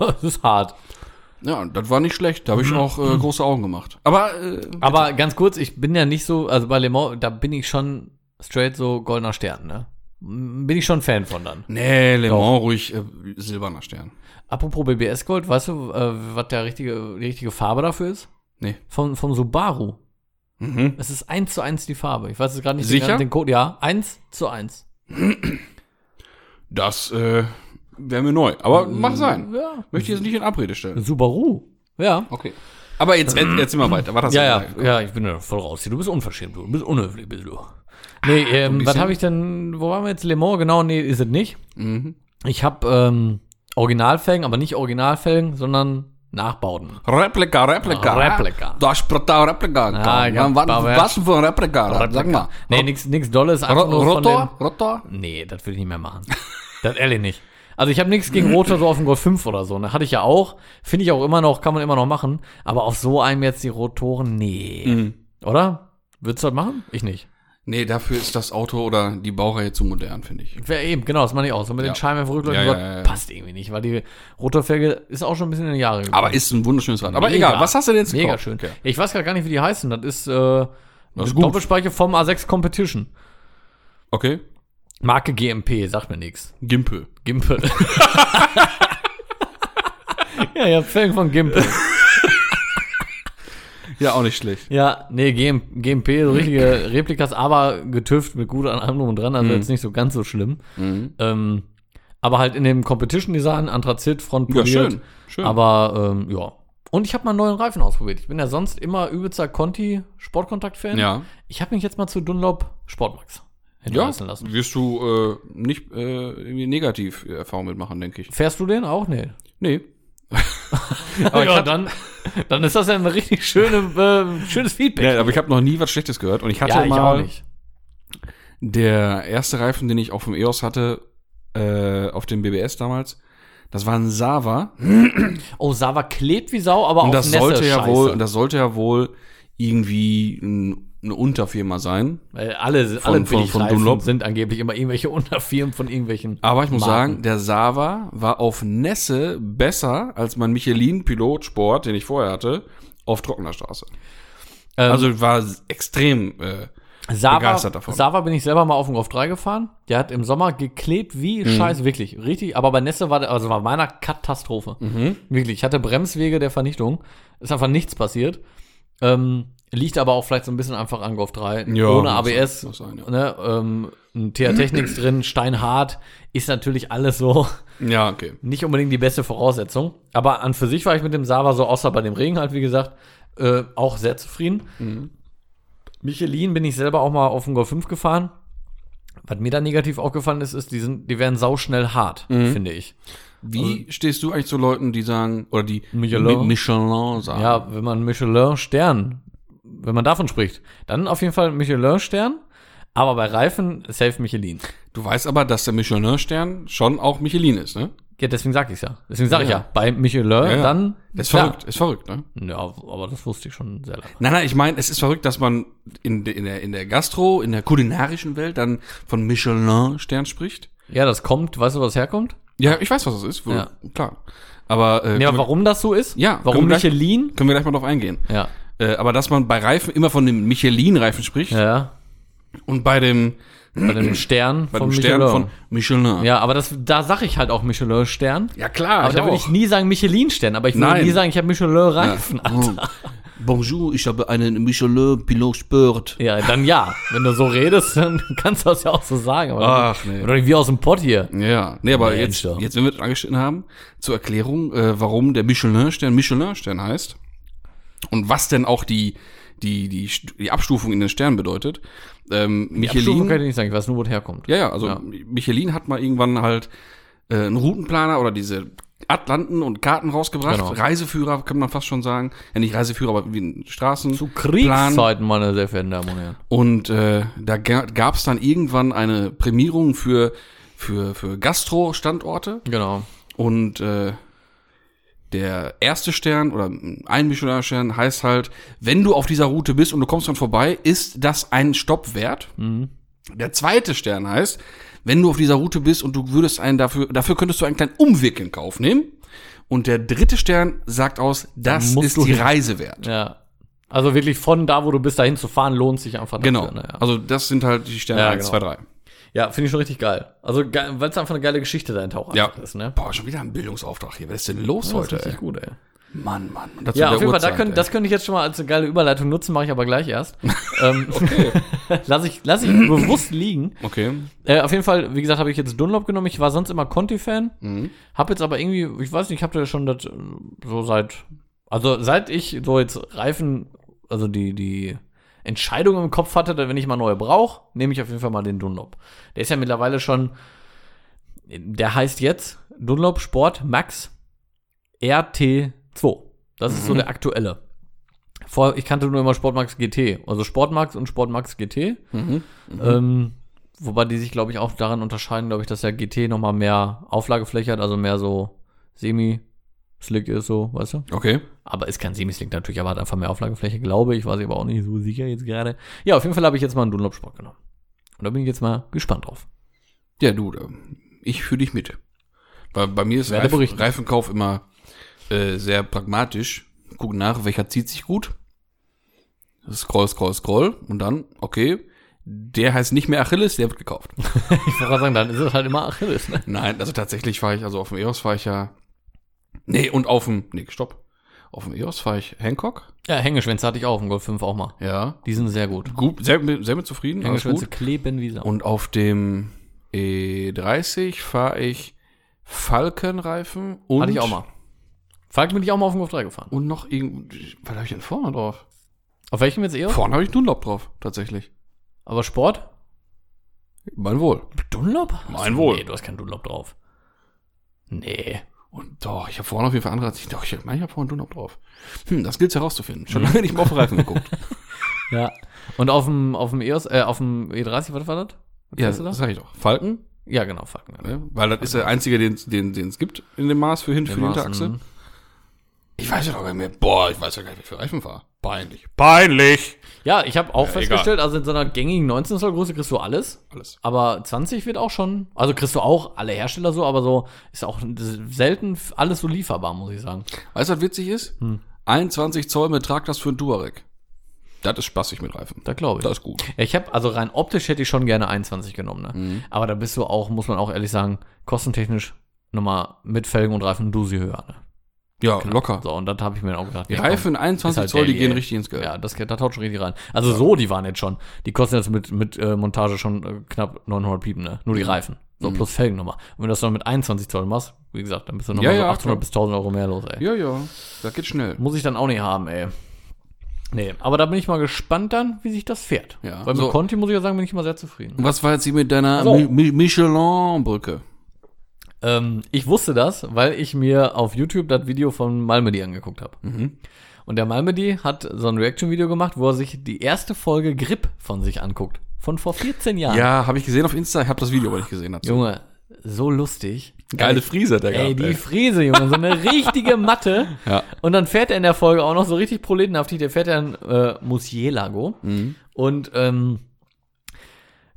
[SPEAKER 2] das ist hart.
[SPEAKER 4] Ja, und das war nicht schlecht. Da habe ich
[SPEAKER 3] Mhm.
[SPEAKER 4] auch äh, große Augen gemacht. Aber äh,
[SPEAKER 2] Aber ganz kurz, ich bin ja nicht so, also bei Le Mans, da bin ich schon straight so goldener Stern, ne? M- Bin ich schon Fan von dann.
[SPEAKER 4] nee, Le Mans ruhig äh, silberner Stern.
[SPEAKER 2] Apropos BBS Gold, weißt du, äh, was der richtige, die richtige Farbe dafür ist?
[SPEAKER 4] Nee.
[SPEAKER 2] Von, vom Subaru.
[SPEAKER 4] Mhm.
[SPEAKER 2] Es ist eins zu eins die Farbe. Ich weiß jetzt gerade nicht den-
[SPEAKER 3] Sicher?
[SPEAKER 2] den Code. Ja, eins zu eins.
[SPEAKER 3] Das äh, wäre mir neu. Aber
[SPEAKER 4] Mm,
[SPEAKER 3] mag sein.
[SPEAKER 2] Ja.
[SPEAKER 3] Möchte ich jetzt nicht in Abrede stellen.
[SPEAKER 2] Subaru. Ja.
[SPEAKER 3] Okay. Aber jetzt, jetzt, jetzt immer weiter. War das
[SPEAKER 2] Ja, ja, ja, ich bin ja voll raus. hier. Du bist unverschämt, du Du bist unhöflich, bist du. Nee, ähm, was habe ich denn, wo waren wir jetzt? Le Mans, genau, nee, ist es nicht. Ich habe ähm, Originalfelgen, aber nicht Originalfelgen, sondern Nachbauten.
[SPEAKER 3] Replika, Replika.
[SPEAKER 2] Replika.
[SPEAKER 3] Da spricht da Replika.
[SPEAKER 2] Ah, ja,
[SPEAKER 3] was,
[SPEAKER 2] aber-
[SPEAKER 3] was für ein Replika? Sag mal.
[SPEAKER 2] Nee, nix, nix Dolles. einfach nur von
[SPEAKER 3] Rotor? Rotor?
[SPEAKER 2] den- Nee, das will ich nicht mehr machen. das ehrlich nicht. Also ich habe nichts gegen Rotor so auf dem Golf 5 oder so. Ne? Hatte ich ja auch. Finde ich auch immer noch, kann man immer noch machen. Aber auf so einem jetzt die Rotoren, nee. Oder? Würdest du das machen? Ich nicht.
[SPEAKER 3] Nee, dafür ist das Auto oder die Baureihe zu modern, finde ich.
[SPEAKER 2] Ja, eben, genau, das meine ich auch. So mit den
[SPEAKER 3] Ja.
[SPEAKER 2] Scheiben einfach rückläufig,
[SPEAKER 3] Ja, ja, ja, ja.
[SPEAKER 2] passt irgendwie nicht, weil die Rotorfelge ist auch schon ein bisschen in die Jahre gekommen.
[SPEAKER 3] Aber ist ein wunderschönes Rad. Aber egal, was hast du denn jetzt
[SPEAKER 2] Mega
[SPEAKER 3] gekauft?
[SPEAKER 2] schön.
[SPEAKER 3] Okay.
[SPEAKER 2] Ich weiß gerade gar nicht, wie die heißen. Das ist, äh,
[SPEAKER 3] Das ist gut.
[SPEAKER 2] Doppelspeicher vom A6 Competition.
[SPEAKER 3] okay.
[SPEAKER 2] Marke GMP, sagt mir nichts.
[SPEAKER 3] Gimpel.
[SPEAKER 2] Gimpel. ja, ja, Felgen von Gimpel.
[SPEAKER 3] Ja, auch nicht schlecht.
[SPEAKER 2] Ja, nee, GM, GMP, so richtige Replikas, aber getüft mit gut an allem drum und dran,
[SPEAKER 3] Mhm.
[SPEAKER 2] also jetzt nicht so ganz so schlimm. Ähm, aber halt in dem Competition Design, Anthrazit, Front
[SPEAKER 3] Ja,
[SPEAKER 2] poliert.
[SPEAKER 3] schön, schön.
[SPEAKER 2] Aber ähm, ja. Und ich habe mal einen neuen Reifen ausprobiert. Ich bin ja sonst immer übelster Conti Sportkontakt-Fan.
[SPEAKER 3] Ja.
[SPEAKER 2] Ich habe mich jetzt mal zu Dunlop Sportmax
[SPEAKER 3] Ja,
[SPEAKER 2] hinreißen lassen.
[SPEAKER 3] wirst du äh, nicht äh, irgendwie negativ äh, Erfahrung mitmachen, denke ich.
[SPEAKER 2] Fährst du den auch? Nee.
[SPEAKER 3] Nee.
[SPEAKER 2] Aber ja, dann, dann ist das ja ein richtig schöne, äh, schönes Feedback.
[SPEAKER 3] Ja, aber ich habe noch nie was Schlechtes gehört. Und ich hatte mal der erste Reifen, den ich auch vom EOS hatte, äh, auf dem BBS damals, das war ein Sava.
[SPEAKER 2] Oh, Sava klebt wie Sau, aber
[SPEAKER 3] Und
[SPEAKER 2] auf
[SPEAKER 3] das
[SPEAKER 2] Nässe
[SPEAKER 3] sollte ja
[SPEAKER 2] scheiße.
[SPEAKER 3] wohl, und das sollte ja wohl irgendwie ein, eine Unterfirma sein.
[SPEAKER 2] Weil alle,
[SPEAKER 3] Von- von-
[SPEAKER 2] alle von,
[SPEAKER 3] von
[SPEAKER 2] von
[SPEAKER 3] Dunlop.
[SPEAKER 2] sind angeblich immer irgendwelche Unterfirmen von irgendwelchen.
[SPEAKER 3] Aber ich muss
[SPEAKER 2] Marken.
[SPEAKER 3] sagen, der Sava war auf Nässe besser als mein Michelin-Pilotsport, den ich vorher hatte, auf trockener Straße.
[SPEAKER 2] Ähm,
[SPEAKER 3] also war s- extrem. Äh,
[SPEAKER 2] Sava,
[SPEAKER 3] begeistert davon.
[SPEAKER 2] Sava bin ich selber mal auf dem Golf 3 gefahren. Der hat im Sommer geklebt
[SPEAKER 3] Mhm.
[SPEAKER 2] wie Scheiße, wirklich, richtig. Aber bei Nässe war der, also war meiner Katastrophe.
[SPEAKER 3] Mhm.
[SPEAKER 2] Wirklich, ich hatte Bremswege der Vernichtung. Ist einfach nichts passiert. Ähm, liegt aber auch vielleicht so ein bisschen einfach an Golf 3.
[SPEAKER 3] Ja,
[SPEAKER 2] Ohne
[SPEAKER 3] muss sein,
[SPEAKER 2] ABS,
[SPEAKER 3] muss sein, ja.
[SPEAKER 2] ne, ähm, ein TR Technics drin, steinhart, ist natürlich alles so.
[SPEAKER 3] ja, okay.
[SPEAKER 2] nicht unbedingt die beste Voraussetzung. Aber an für sich war ich mit dem Sava so, außer bei dem Regen halt, wie gesagt, äh, auch sehr zufrieden.
[SPEAKER 3] Mhm.
[SPEAKER 2] Michelin bin ich selber auch mal auf dem Golf 5 gefahren. Was mir da negativ aufgefallen ist, ist, die, sind, die werden sauschnell hart,
[SPEAKER 3] Mhm.
[SPEAKER 2] finde ich.
[SPEAKER 3] Wie stehst du eigentlich zu Leuten, die sagen, oder die
[SPEAKER 2] Also Michelin.
[SPEAKER 3] Mi- Michelin sagen?
[SPEAKER 2] Ja, wenn man Michelin-Stern, wenn man davon spricht, dann auf jeden Fall Michelin-Stern. Aber bei Reifen safe Michelin.
[SPEAKER 3] Du weißt aber, dass der Michelin-Stern schon auch Michelin ist, ne?
[SPEAKER 2] Ja, deswegen sag ich's ja. Deswegen sag ich
[SPEAKER 3] Ja.
[SPEAKER 2] ja, bei Michelin
[SPEAKER 3] ja.
[SPEAKER 2] dann.
[SPEAKER 3] Ist
[SPEAKER 2] Ja.
[SPEAKER 3] verrückt, ist verrückt, ne?
[SPEAKER 2] Ja, aber das wusste ich schon sehr lange.
[SPEAKER 3] Nein, nein, ich meine, es ist verrückt, dass man in, de- in, der, in der Gastro, in der kulinarischen Welt dann von Michelin-Stern spricht.
[SPEAKER 2] Ja, das kommt, weißt du, was herkommt?
[SPEAKER 3] Ja, ich weiß, was das ist. wohl-
[SPEAKER 4] Ja.
[SPEAKER 3] Klar. Aber äh,
[SPEAKER 2] Ja,
[SPEAKER 3] können, wir,
[SPEAKER 2] warum das so ist?
[SPEAKER 3] Ja,
[SPEAKER 2] Warum
[SPEAKER 3] können wir gleich-
[SPEAKER 2] Michelin?
[SPEAKER 3] können wir gleich mal drauf eingehen.
[SPEAKER 2] Ja.
[SPEAKER 3] Äh, aber dass man bei Reifen immer von dem Michelin-Reifen spricht
[SPEAKER 2] Ja, ja.
[SPEAKER 3] und bei dem,
[SPEAKER 2] Bei dem Stern
[SPEAKER 3] bei
[SPEAKER 2] von
[SPEAKER 3] dem Stern
[SPEAKER 2] Michelin.
[SPEAKER 3] von Michelin.
[SPEAKER 2] Ja, aber das, da sage ich halt auch Michelin-Stern.
[SPEAKER 3] Ja, klar,
[SPEAKER 2] Aber da würde ich nie sagen Michelin-Stern, aber ich würde
[SPEAKER 3] Nein.
[SPEAKER 2] nie sagen, ich habe Michelin-Reifen.
[SPEAKER 3] Hm.
[SPEAKER 2] Alter.
[SPEAKER 4] Bonjour, ich habe einen Michelin Pilot Spurt.
[SPEAKER 2] Ja, dann ja. Wenn du so redest, dann kannst du das ja auch so sagen. Aber
[SPEAKER 3] Ach, nee.
[SPEAKER 2] Oder wie aus dem Pott hier.
[SPEAKER 3] Ja, nee, aber
[SPEAKER 2] Nee,
[SPEAKER 3] jetzt,
[SPEAKER 2] Stern.
[SPEAKER 3] jetzt, wenn wir das angeschnitten haben, zur Erklärung, äh, warum der Michelin-Stern Michelin-Stern heißt und was denn auch die, die, die, St- die Abstufung in den Stern bedeutet. Ähm,
[SPEAKER 2] Abstufung kann
[SPEAKER 3] Michelin,
[SPEAKER 2] ich nicht sagen, ich weiß nur, wo es herkommt.
[SPEAKER 3] ja, ja, also Michelin hat mal irgendwann halt äh, einen Routenplaner oder diese Atlanten und Karten rausgebracht.
[SPEAKER 2] Genau.
[SPEAKER 3] Reiseführer, kann man fast schon sagen. Ja, nicht Reiseführer, aber wie ein Straßen.
[SPEAKER 2] Zu Kriegszeiten, meine sehr verehrten Damen und Herren.
[SPEAKER 3] Und äh, da gab es dann irgendwann eine Prämierung für, für, für Gastro-Standorte.
[SPEAKER 2] Genau.
[SPEAKER 3] Und äh, der erste Stern oder ein Michelin-Stern heißt halt, wenn du auf dieser Route bist und du kommst dran vorbei, ist das ein Stopp wert.
[SPEAKER 2] Mhm.
[SPEAKER 3] Der zweite Stern heißt, wenn du auf dieser Route bist und du würdest einen dafür, dafür könntest du einen kleinen Umweg in Kauf nehmen. Und der dritte Stern sagt aus, das
[SPEAKER 2] musst
[SPEAKER 3] ist
[SPEAKER 2] du
[SPEAKER 3] die
[SPEAKER 2] hin.
[SPEAKER 3] Reise wert.
[SPEAKER 2] Ja. Also wirklich von da, wo du bist, dahin zu fahren, lohnt sich einfach. dafür,
[SPEAKER 3] Genau.
[SPEAKER 2] ne? Ja,
[SPEAKER 3] Also das sind halt die Sterne
[SPEAKER 2] Ja,
[SPEAKER 3] 1, 2,
[SPEAKER 2] genau.
[SPEAKER 3] 3.
[SPEAKER 2] ja finde ich schon richtig geil. Also, ge- weil es einfach eine geile Geschichte dahinter auch
[SPEAKER 3] Ja.
[SPEAKER 2] einfach ist, ne?
[SPEAKER 3] Boah, schon wieder ein Bildungsauftrag hier. Was ist denn los
[SPEAKER 2] Das ist
[SPEAKER 3] heute?
[SPEAKER 2] richtig
[SPEAKER 3] Ey?
[SPEAKER 2] gut, ey.
[SPEAKER 3] Mann, Mann. Und dazu
[SPEAKER 2] Ja,
[SPEAKER 3] der
[SPEAKER 2] auf jeden Fall, da
[SPEAKER 3] Uhrzeit,
[SPEAKER 2] können,
[SPEAKER 3] ey.
[SPEAKER 2] das könnte ich jetzt schon mal als eine geile Überleitung nutzen, mache ich aber gleich erst. ähm, lass ich, lass ich bewusst liegen.
[SPEAKER 3] Okay.
[SPEAKER 2] Äh, auf jeden Fall, wie gesagt, habe ich jetzt Dunlop genommen. Ich war sonst immer Conti-Fan. Habe jetzt aber irgendwie, ich weiß nicht, ich habe da schon das äh, so seit, also seit ich so jetzt Reifen, also die, die Entscheidung im Kopf hatte, dass wenn ich mal neue brauche, nehme ich auf jeden Fall mal den Dunlop. Der ist ja mittlerweile schon, der heißt jetzt Dunlop Sport Max RT2. Das ist so der aktuelle. Vor, ich kannte nur immer Sportmax GT. Also Sportmax und Sportmax GT. Ähm, wobei die sich, glaube ich, auch daran unterscheiden, glaube ich, dass der GT nochmal mehr Auflagefläche hat, also mehr so Semi-Slick ist, so, weißt du?
[SPEAKER 3] Okay.
[SPEAKER 2] Aber ist kein Semi-Slick natürlich, aber hat einfach mehr Auflagefläche, glaube ich. Weiß ich aber auch nicht so sicher jetzt gerade. Ja, auf jeden Fall habe ich jetzt mal einen Dunlop-Sport genommen. Und da bin ich jetzt mal gespannt drauf.
[SPEAKER 3] Ja, du, da- ich fühle dich mit. Bei, bei mir ist
[SPEAKER 2] Werde
[SPEAKER 3] Reif,
[SPEAKER 2] berichten.
[SPEAKER 3] Reifenkauf immer äh, sehr pragmatisch. Guck nach, welcher zieht sich gut. Scroll, scroll, scroll. Und dann, okay, der heißt nicht mehr Achilles, der wird gekauft.
[SPEAKER 2] Ich wollte gerade sagen, dann ist es halt immer Achilles, ne?
[SPEAKER 3] Nein, also tatsächlich war ich, also auf dem EOS war ich ja. Nee, und auf dem. Nee, stopp. Auf dem EOS war ich Hancock.
[SPEAKER 2] Ja, Hängeschwänze hatte ich auch im Golf 5 auch mal.
[SPEAKER 3] Ja.
[SPEAKER 2] Die sind sehr gut.
[SPEAKER 3] Gut, sehr, mit- sehr mit zufrieden. Alles
[SPEAKER 2] Hängeschwänze
[SPEAKER 3] gut.
[SPEAKER 2] kleben wie Sau.
[SPEAKER 3] Und auf dem E30 fahre ich Falkenreifen und.
[SPEAKER 2] Hatte ich auch mal. Falk bin ich auch mal auf dem Golf 3 gefahren.
[SPEAKER 3] Und noch irgendwie. Was habe ich denn vorne drauf?
[SPEAKER 2] Auf welchem jetzt eher?
[SPEAKER 3] Vorne habe ich Dunlop drauf, tatsächlich.
[SPEAKER 2] Aber Sport?
[SPEAKER 3] Mein Wohl.
[SPEAKER 2] Dunlop?
[SPEAKER 3] Mein Wohl.
[SPEAKER 2] Nee, du hast keinen Dunlop drauf. Nee.
[SPEAKER 3] Und doch, ich habe vorne auf jeden Fall andere. als ich- Doch, ich habe hab vorne Dunlop drauf. Hm, das gilt's herauszufinden.
[SPEAKER 2] Mhm.
[SPEAKER 3] Schon lange nicht mehr auf den Reifen geguckt.
[SPEAKER 2] Ja. Und auf dem, auf dem EOS, äh, auf dem E30, was war das? Was
[SPEAKER 3] ja,
[SPEAKER 2] hast du da?
[SPEAKER 3] das sag ich doch. Falken,
[SPEAKER 2] ja, genau, fuck. Ja.
[SPEAKER 3] ne? weil das ist der einzige, den es den, den's gibt in dem Maß für, hin, für die
[SPEAKER 2] Maßen.
[SPEAKER 3] Hinterachse. Ich weiß ja noch gar nicht mehr. Boah, ich weiß ja gar nicht, wie viel Reifen war. Peinlich. Peinlich!
[SPEAKER 2] ja, ich habe auch
[SPEAKER 3] egal.
[SPEAKER 2] festgestellt, also in so einer gängigen 19 Zoll Größe kriegst du alles.
[SPEAKER 3] Alles.
[SPEAKER 2] Aber 20 wird auch schon, also kriegst du auch alle Hersteller so, aber so ist auch selten f- alles so lieferbar, muss ich sagen.
[SPEAKER 3] Weißt du, was witzig ist?
[SPEAKER 2] Hm.
[SPEAKER 3] 21 Zoll mit Traglas für ein Duareg. Das ist spaßig mit Reifen.
[SPEAKER 2] Da glaube ich.
[SPEAKER 3] Das ist gut.
[SPEAKER 2] Ja, Ich habe, also rein optisch hätte ich schon gerne 21 genommen, ne?
[SPEAKER 3] Mhm.
[SPEAKER 2] Aber da bist du auch, muss man auch ehrlich sagen, kostentechnisch nochmal mit Felgen und Reifen Dusi höher, ne?
[SPEAKER 3] Ja, locker.
[SPEAKER 2] So, und das habe ich mir dann auch gedacht.
[SPEAKER 3] Die
[SPEAKER 2] ja,
[SPEAKER 3] Reifen 21
[SPEAKER 2] ist halt
[SPEAKER 3] Zoll, die
[SPEAKER 2] der
[SPEAKER 3] gehen
[SPEAKER 2] Deal.
[SPEAKER 3] richtig ins
[SPEAKER 2] komm,
[SPEAKER 3] Geld.
[SPEAKER 2] Ja, das, da taut schon richtig rein. Also so, die waren jetzt schon. Die kosten jetzt mit, mit äh, Montage schon äh, knapp 900 Piepen, ne? Nur die
[SPEAKER 3] Mhm.
[SPEAKER 2] Reifen. So, plus Felgen nochmal. Und wenn du das dann mit 21 Zoll machst, wie gesagt, dann bist du nochmal
[SPEAKER 3] Ja,
[SPEAKER 2] so
[SPEAKER 3] ja,
[SPEAKER 2] 800
[SPEAKER 3] klar.
[SPEAKER 2] bis 1000 Euro mehr los, ey.
[SPEAKER 3] Ja, ja, das geht schnell.
[SPEAKER 2] Muss ich dann auch nicht haben, ey. Nee, aber da bin ich mal gespannt dann, wie sich das fährt.
[SPEAKER 3] Ja,
[SPEAKER 2] Weil mit
[SPEAKER 3] so.
[SPEAKER 2] Conti, muss ich ja sagen, bin ich immer sehr zufrieden.
[SPEAKER 3] Was war jetzt hier mit deiner
[SPEAKER 2] So.
[SPEAKER 3] Mi- Mi- Michelin-Brücke?
[SPEAKER 2] Ähm, ich wusste das, weil ich mir auf YouTube das Video von Malmedy angeguckt habe. Und der Malmedy hat so ein Reaction-Video gemacht, wo er sich die erste Folge Grip von sich anguckt. Von vor 14 Jahren.
[SPEAKER 3] Ja, habe ich gesehen auf Insta. Ich habe das Video aber nicht gesehen. Dazu.
[SPEAKER 2] Junge, so lustig.
[SPEAKER 3] Geile Friese hat der
[SPEAKER 2] Ey,
[SPEAKER 3] gehabt.
[SPEAKER 2] die Frise, Junge, so eine richtige Matte.
[SPEAKER 3] Ja.
[SPEAKER 2] Und dann fährt er in der Folge auch noch so richtig proletenhaftig. Der fährt ja in äh, Musielago. Und ähm,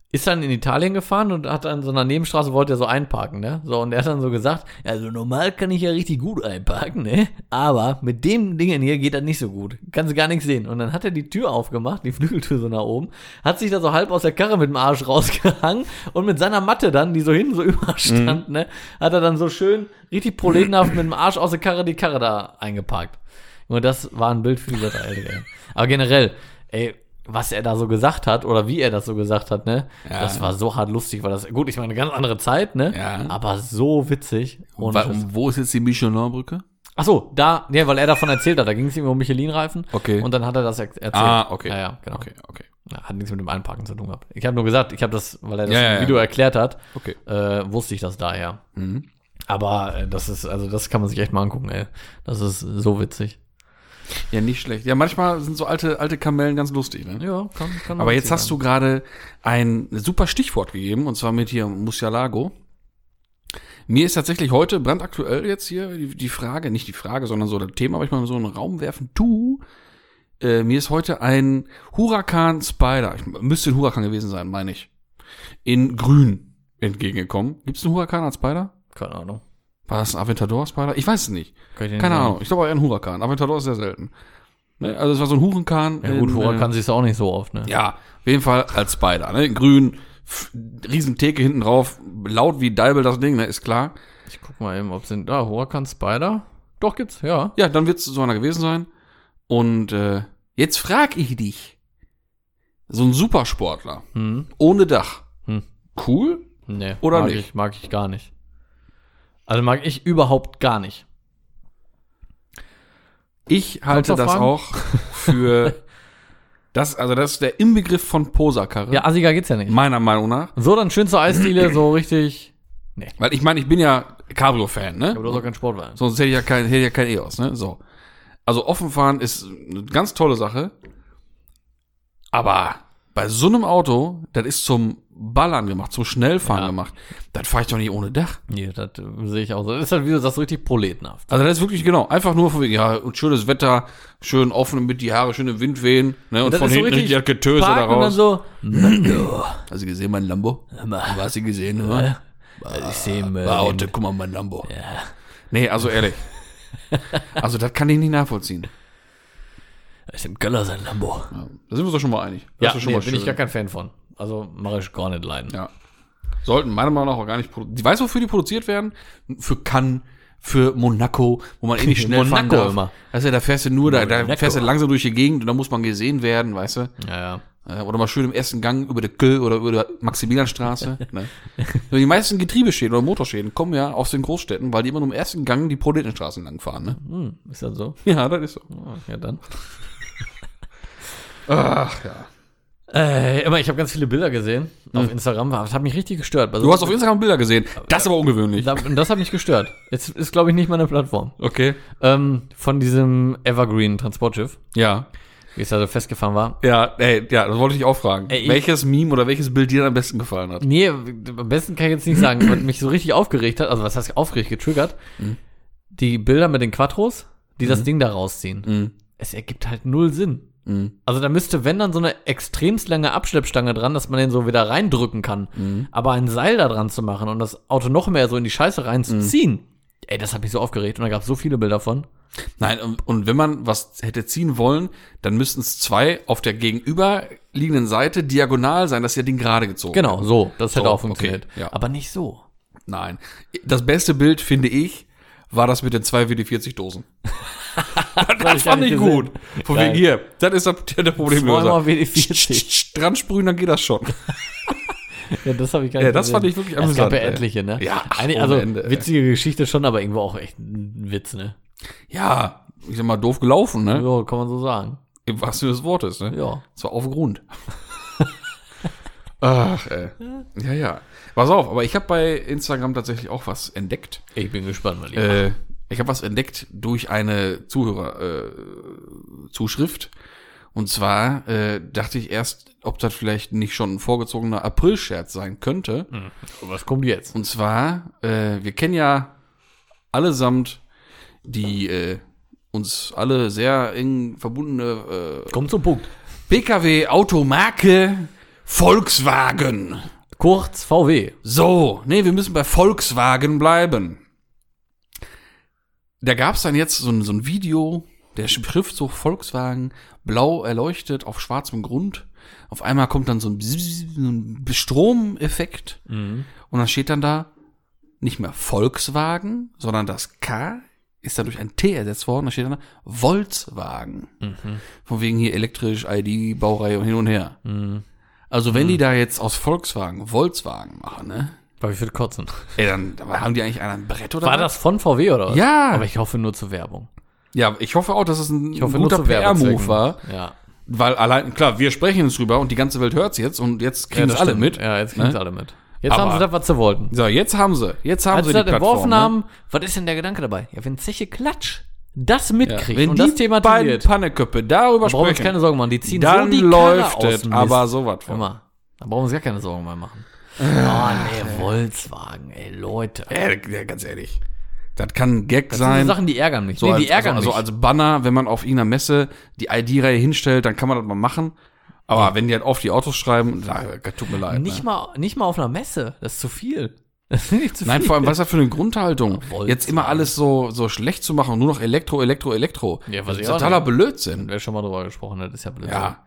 [SPEAKER 2] ist dann in Italien gefahren und hat an so einer Nebenstraße wollte er so einparken, ne? So, und er hat dann so gesagt, also normal kann ich ja richtig gut einparken, ne? Aber mit dem Dingen hier geht das nicht so gut. Kannst du gar nichts sehen. Und dann hat er die Tür aufgemacht, die Flügeltür so nach oben, hat sich da so halb aus der Karre mit dem Arsch rausgehangen und mit seiner Matte dann, die so hinten so überstand, ne? Hat er dann so schön richtig proletenhaft mit dem Arsch aus der Karre die Karre da eingeparkt. Nur das war ein Bild für die Leute, ey. Aber generell, ey, was er da so gesagt hat oder wie er das so gesagt hat, ne?
[SPEAKER 3] Ja.
[SPEAKER 2] Das war so hart lustig, weil das, gut, ich meine, eine ganz andere Zeit, ne?
[SPEAKER 3] Ja.
[SPEAKER 2] Aber so witzig. Und
[SPEAKER 3] Weil, um, wo ist jetzt die Michelin-Brücke?
[SPEAKER 2] ach so, da, ne, weil er davon erzählt hat, da ging es ihm um Michelin-Reifen.
[SPEAKER 3] Okay.
[SPEAKER 2] Und dann hat er das er- erzählt.
[SPEAKER 3] Ah, okay.
[SPEAKER 2] Ja, ja, genau.
[SPEAKER 3] Okay, okay.
[SPEAKER 2] Ja, Hat nichts mit dem Einparken zu tun gehabt. Ich habe nur gesagt, ich habe das, weil er das
[SPEAKER 3] Ja, ja,
[SPEAKER 2] im
[SPEAKER 3] ja.
[SPEAKER 2] Video erklärt hat,
[SPEAKER 3] Okay.
[SPEAKER 2] äh, wusste ich das daher.
[SPEAKER 3] Mhm.
[SPEAKER 2] Aber äh, das ist, also das kann man sich echt mal angucken, ey. Das ist so witzig.
[SPEAKER 3] Ja, nicht schlecht. Ja, manchmal sind so alte, alte Kamellen ganz lustig, ne?
[SPEAKER 2] Ja, kann, kann
[SPEAKER 3] Aber jetzt hast du gerade ein super Stichwort gegeben, und zwar mit hier Musialago. Mir ist tatsächlich heute brandaktuell jetzt hier die, die Frage, nicht die Frage, sondern so das Thema, aber ich mal so einen Raum werfen. Du, äh, mir ist heute ein Huracan Spider, ich, müsste ein Huracan gewesen sein, meine ich, in grün entgegengekommen. Gibt es einen Huracan als Spider?
[SPEAKER 2] Keine Ahnung.
[SPEAKER 3] War das ein Aventador Spider? Ich weiß es nicht.
[SPEAKER 2] Kann ich dir nicht
[SPEAKER 3] Keine
[SPEAKER 2] sagen.
[SPEAKER 3] Ahnung. Ich glaube eher ein Huracan. Aventador ist sehr selten. Ne? Also es war so ein Hurenkan.
[SPEAKER 2] Ja, gut,
[SPEAKER 3] in,
[SPEAKER 2] Huracan
[SPEAKER 3] äh,
[SPEAKER 2] kann sich's auch nicht so oft, ne?
[SPEAKER 3] ja, auf jeden Fall als Spider, ne? In Grün, f- riesen Theke hinten drauf, laut wie Deibel das Ding, ne? Ist klar.
[SPEAKER 2] Ich guck mal eben, ob sind. Ah, Huracan Spider? Doch, gibt's, ja.
[SPEAKER 3] Ja, dann wird's so einer gewesen sein. Und äh, jetzt frag ich dich. So ein Supersportler,
[SPEAKER 2] Hm.
[SPEAKER 3] ohne Dach.
[SPEAKER 2] Hm.
[SPEAKER 3] Cool?
[SPEAKER 2] Nee.
[SPEAKER 3] Oder
[SPEAKER 2] mag
[SPEAKER 3] nicht?
[SPEAKER 2] Ich, mag ich gar nicht. Also mag ich überhaupt gar nicht.
[SPEAKER 3] Ich halte
[SPEAKER 2] noch
[SPEAKER 3] das
[SPEAKER 2] Fragen?
[SPEAKER 3] auch für das, also das ist der Inbegriff von Poserkarre.
[SPEAKER 2] Ja, assiger geht's ja nicht.
[SPEAKER 3] Meiner Meinung nach.
[SPEAKER 2] So, dann schön zur Eisdiele, so richtig.
[SPEAKER 3] Weil ich meine, ich bin ja Cabrio-Fan, ne?
[SPEAKER 2] Aber du hast auch keinen Sportwagen.
[SPEAKER 3] Sonst hätte ich ja kein, hätte ich ja kein EOS, ne? So. Also offen fahren ist eine ganz tolle Sache. Aber bei so einem Auto, das ist zum Ballern gemacht, zum Schnellfahren
[SPEAKER 2] Ja.
[SPEAKER 3] gemacht. Das fahre ich doch nicht ohne Dach.
[SPEAKER 2] Nee, das äh, sehe ich auch so. Das ist halt, wie du sagst, richtig proletenhaft.
[SPEAKER 3] Also das ist wirklich genau, einfach nur von wegen, ja, und schönes Wetter, schön offen mit die Haare, schön im Wind wehen, ne? Und
[SPEAKER 2] Das
[SPEAKER 3] von
[SPEAKER 2] ist so
[SPEAKER 3] hinten
[SPEAKER 2] richtig
[SPEAKER 3] richtig das Getöse da
[SPEAKER 2] Parken und dann
[SPEAKER 3] raus.
[SPEAKER 2] so. Mando.
[SPEAKER 3] Hast du gesehen, mein Lambo?
[SPEAKER 2] mal,
[SPEAKER 3] Hast du gesehen, oder?
[SPEAKER 2] Ich sehe im, äh,
[SPEAKER 3] Baute,
[SPEAKER 2] im-
[SPEAKER 3] guck mal, mein Lambo. Nee, also ehrlich. also das kann ich nicht nachvollziehen.
[SPEAKER 2] ist im Keller sein Lambo.
[SPEAKER 3] Da sind wir uns doch schon mal einig. Das ist
[SPEAKER 2] Ja,
[SPEAKER 3] doch
[SPEAKER 2] nee,
[SPEAKER 3] schon
[SPEAKER 2] bin
[SPEAKER 3] mal schön.
[SPEAKER 2] ich gar kein Fan von. Also mache ich gar nicht leiden.
[SPEAKER 3] Ja. Sollten meiner Meinung nach auch gar nicht produziert. Weißt du, wofür die produziert werden? Für Cannes, für Monaco, wo man eh nicht schnell fahren
[SPEAKER 2] Monaco
[SPEAKER 3] darf.
[SPEAKER 2] immer.
[SPEAKER 3] Also da fährst du nur, da, da
[SPEAKER 2] Monaco.
[SPEAKER 3] fährst du langsam durch die Gegend und da muss man gesehen werden, weißt du?
[SPEAKER 2] Ja, ja.
[SPEAKER 3] Äh, Oder mal schön im ersten Gang über der Kö oder über der Maximilianstraße. ne? Die meisten Getriebeschäden oder Motorschäden kommen ja aus den Großstädten, weil die immer nur im ersten Gang die Proletenstraßen lang fahren. Ne?
[SPEAKER 2] Hm, ist das so?
[SPEAKER 3] Ja, das ist so.
[SPEAKER 2] Oh, Ja, dann.
[SPEAKER 3] Ach ja. Hm.
[SPEAKER 2] Äh, immer, ich habe ganz viele Bilder gesehen auf Instagram. Das hat mich richtig gestört. Also,
[SPEAKER 3] Du hast auf Instagram Bilder gesehen. Das ist aber ungewöhnlich.
[SPEAKER 2] da, und das hat mich gestört. Jetzt ist, glaube ich, nicht meine Plattform.
[SPEAKER 3] Okay.
[SPEAKER 2] Ähm, von diesem Evergreen-Transportschiff,
[SPEAKER 3] Ja.
[SPEAKER 2] wie es da so festgefahren war.
[SPEAKER 3] Ja, ey, ja, das wollte ich auch fragen.
[SPEAKER 2] Ey, ich-
[SPEAKER 3] welches Meme oder welches Bild dir am besten gefallen hat?
[SPEAKER 2] Nee, am besten kann ich jetzt nicht sagen, was mich so richtig aufgeregt hat. Also, was heißt aufgeregt, getriggert?
[SPEAKER 3] Mhm.
[SPEAKER 2] Die Bilder mit den Quattros, die das Ding da rausziehen.
[SPEAKER 3] Mhm.
[SPEAKER 2] Es ergibt halt null Sinn. Also da müsste, wenn dann so eine extremst lange Abschleppstange dran, dass man den so wieder reindrücken kann.
[SPEAKER 3] Mhm.
[SPEAKER 2] Aber ein Seil da dran zu machen und das Auto noch mehr so in die Scheiße reinzuziehen,
[SPEAKER 3] Mhm.
[SPEAKER 2] ey, das hat mich so aufgeregt und da gab es so viele Bilder von.
[SPEAKER 3] Nein, und, und wenn man was hätte ziehen wollen, dann müssten es zwei auf der gegenüberliegenden Seite diagonal sein, dass ihr Ding gerade gezogen
[SPEAKER 2] Genau, so, das hätte
[SPEAKER 3] So,
[SPEAKER 2] auch funktioniert.
[SPEAKER 3] okay, ja.
[SPEAKER 2] Aber nicht so.
[SPEAKER 3] habt. Nein. Das beste Bild, finde ich, war das mit den zwei WD-40-Dosen.
[SPEAKER 2] Das
[SPEAKER 3] Fand ich gut. Von
[SPEAKER 2] Geil.
[SPEAKER 3] wegen hier. Das ist das- der, der Problemlöser.
[SPEAKER 2] WD
[SPEAKER 3] Tsch, tsch,
[SPEAKER 2] 40.
[SPEAKER 3] tsch, Dran sprühen, dann geht das schon.
[SPEAKER 2] Ja, das habe ich gar
[SPEAKER 3] Ja,
[SPEAKER 2] nicht
[SPEAKER 3] das
[SPEAKER 2] gesehen.
[SPEAKER 3] fand ich wirklich
[SPEAKER 2] Es gab
[SPEAKER 3] amüsant,
[SPEAKER 2] ja
[SPEAKER 3] ey.
[SPEAKER 2] etliche, ne?
[SPEAKER 3] Ja, ach,
[SPEAKER 2] Eine,
[SPEAKER 3] ohne
[SPEAKER 2] also
[SPEAKER 3] Ende, ey.
[SPEAKER 2] witzige Geschichte schon, aber irgendwo auch echt ein Witz, ne?
[SPEAKER 3] Ja, ich sag mal, doof gelaufen, ne?
[SPEAKER 2] Ja, kann man so sagen.
[SPEAKER 3] Im wahrsten Sinne des Wortes, ne?
[SPEAKER 2] Ja.
[SPEAKER 3] Zwar auf Grund. Ach, ey. Ja, ja. Pass auf, aber ich habe bei Instagram tatsächlich auch was entdeckt.
[SPEAKER 2] Ich bin gespannt, mein Lieber.
[SPEAKER 3] Äh, ich habe was entdeckt durch eine Zuhörerzuschrift. Äh, Zuschrift. und zwar äh, dachte ich erst, ob das vielleicht nicht schon ein vorgezogener Aprilscherz sein könnte.
[SPEAKER 2] Was kommt jetzt?
[SPEAKER 3] Und zwar, äh, wir kennen ja allesamt die äh, uns alle sehr eng verbundene äh,
[SPEAKER 2] Kommt zum Punkt.
[SPEAKER 3] PKW-Automarke Volkswagen.
[SPEAKER 2] Kurz VW.
[SPEAKER 3] So, nee, wir müssen bei Volkswagen bleiben. Da gab es dann jetzt so ein, so ein Video, der Schriftzug Volkswagen, blau erleuchtet auf schwarzem Grund. Auf einmal kommt dann so ein, Bzzz, so ein Stromeffekt und dann steht dann da nicht mehr Volkswagen, sondern das K ist dann durch ein T ersetzt worden. Da steht dann da Volkswagen. Von wegen hier elektrisch, ID, Baureihe und hin und her. Also wenn die da jetzt aus Volkswagen Volkswagen machen, ne?
[SPEAKER 2] Weil ich würde kotzen.
[SPEAKER 3] Ey, dann dann haben die eigentlich einen am Brett oder
[SPEAKER 2] War
[SPEAKER 3] was?
[SPEAKER 2] das von VW oder was?
[SPEAKER 3] Ja.
[SPEAKER 2] Aber ich hoffe nur zur Werbung.
[SPEAKER 3] Ja, ich hoffe auch, dass es ein
[SPEAKER 2] Ich hoffe
[SPEAKER 3] guter
[SPEAKER 2] nur zu
[SPEAKER 3] PR-Move
[SPEAKER 2] Werbezwecken.
[SPEAKER 3] war,
[SPEAKER 2] Ja.
[SPEAKER 3] weil allein klar, wir sprechen jetzt drüber und die ganze Welt hört's jetzt und jetzt kriegen
[SPEAKER 2] das
[SPEAKER 3] es alle
[SPEAKER 2] stimmt.
[SPEAKER 3] mit.
[SPEAKER 2] Ja, jetzt kriegen
[SPEAKER 3] Ne?
[SPEAKER 2] alle mit. Jetzt
[SPEAKER 3] Aber-
[SPEAKER 2] haben sie das, was sie wollten.
[SPEAKER 3] So, jetzt haben sie, jetzt haben
[SPEAKER 2] Als
[SPEAKER 3] sie
[SPEAKER 2] sie
[SPEAKER 3] die
[SPEAKER 2] das
[SPEAKER 3] Plattform.
[SPEAKER 2] entworfen
[SPEAKER 3] ne?
[SPEAKER 2] haben, was ist denn der Gedanke dabei? Ja, wenn Zeche Klatsch das mitkriegt
[SPEAKER 3] Wenn
[SPEAKER 2] und
[SPEAKER 3] die
[SPEAKER 2] das
[SPEAKER 3] beiden
[SPEAKER 2] thematisiert,
[SPEAKER 3] Panneköppe darüber
[SPEAKER 2] brauchen wir uns
[SPEAKER 3] sprechen,
[SPEAKER 2] keine Sorgen machen. Die ziehen
[SPEAKER 3] dann
[SPEAKER 2] so die
[SPEAKER 3] läuft
[SPEAKER 2] Karre aus
[SPEAKER 3] es,
[SPEAKER 2] dem
[SPEAKER 3] aber
[SPEAKER 2] Mist.
[SPEAKER 3] sowas
[SPEAKER 2] Hör
[SPEAKER 3] von.
[SPEAKER 2] mal, da brauchen wir uns gar keine Sorgen mehr machen. Oh, nee, Volkswagen, ey, Leute.
[SPEAKER 3] Äh, ja, ganz ehrlich, das kann ein Gag
[SPEAKER 2] Das sind
[SPEAKER 3] sein.
[SPEAKER 2] so Sachen, die ärgern mich.
[SPEAKER 3] So
[SPEAKER 2] nee,
[SPEAKER 3] als,
[SPEAKER 2] die ärgern
[SPEAKER 3] also,
[SPEAKER 2] mich.
[SPEAKER 3] also als Banner, wenn man auf irgendeiner Messe die ID-Reihe hinstellt, dann kann man das mal machen. Aber wenn die halt auf die Autos schreiben, na, tut mir leid.
[SPEAKER 2] nicht,
[SPEAKER 3] ne?
[SPEAKER 2] mal, nicht mal auf einer Messe. Das ist zu viel. Das finde ich zu
[SPEAKER 3] Nein,
[SPEAKER 2] viel.
[SPEAKER 3] vor allem, was ist das für eine Grundhaltung?
[SPEAKER 2] Volkswagen.
[SPEAKER 3] Jetzt immer alles so, so schlecht zu machen, nur noch Elektro, Elektro, Elektro.
[SPEAKER 2] Ja, weiß
[SPEAKER 3] das
[SPEAKER 2] ich
[SPEAKER 3] ist
[SPEAKER 2] auch
[SPEAKER 3] totaler
[SPEAKER 2] nicht.
[SPEAKER 3] Blödsinn.
[SPEAKER 2] Wer schon mal drüber gesprochen hat, ist ja blöd.
[SPEAKER 3] Ja.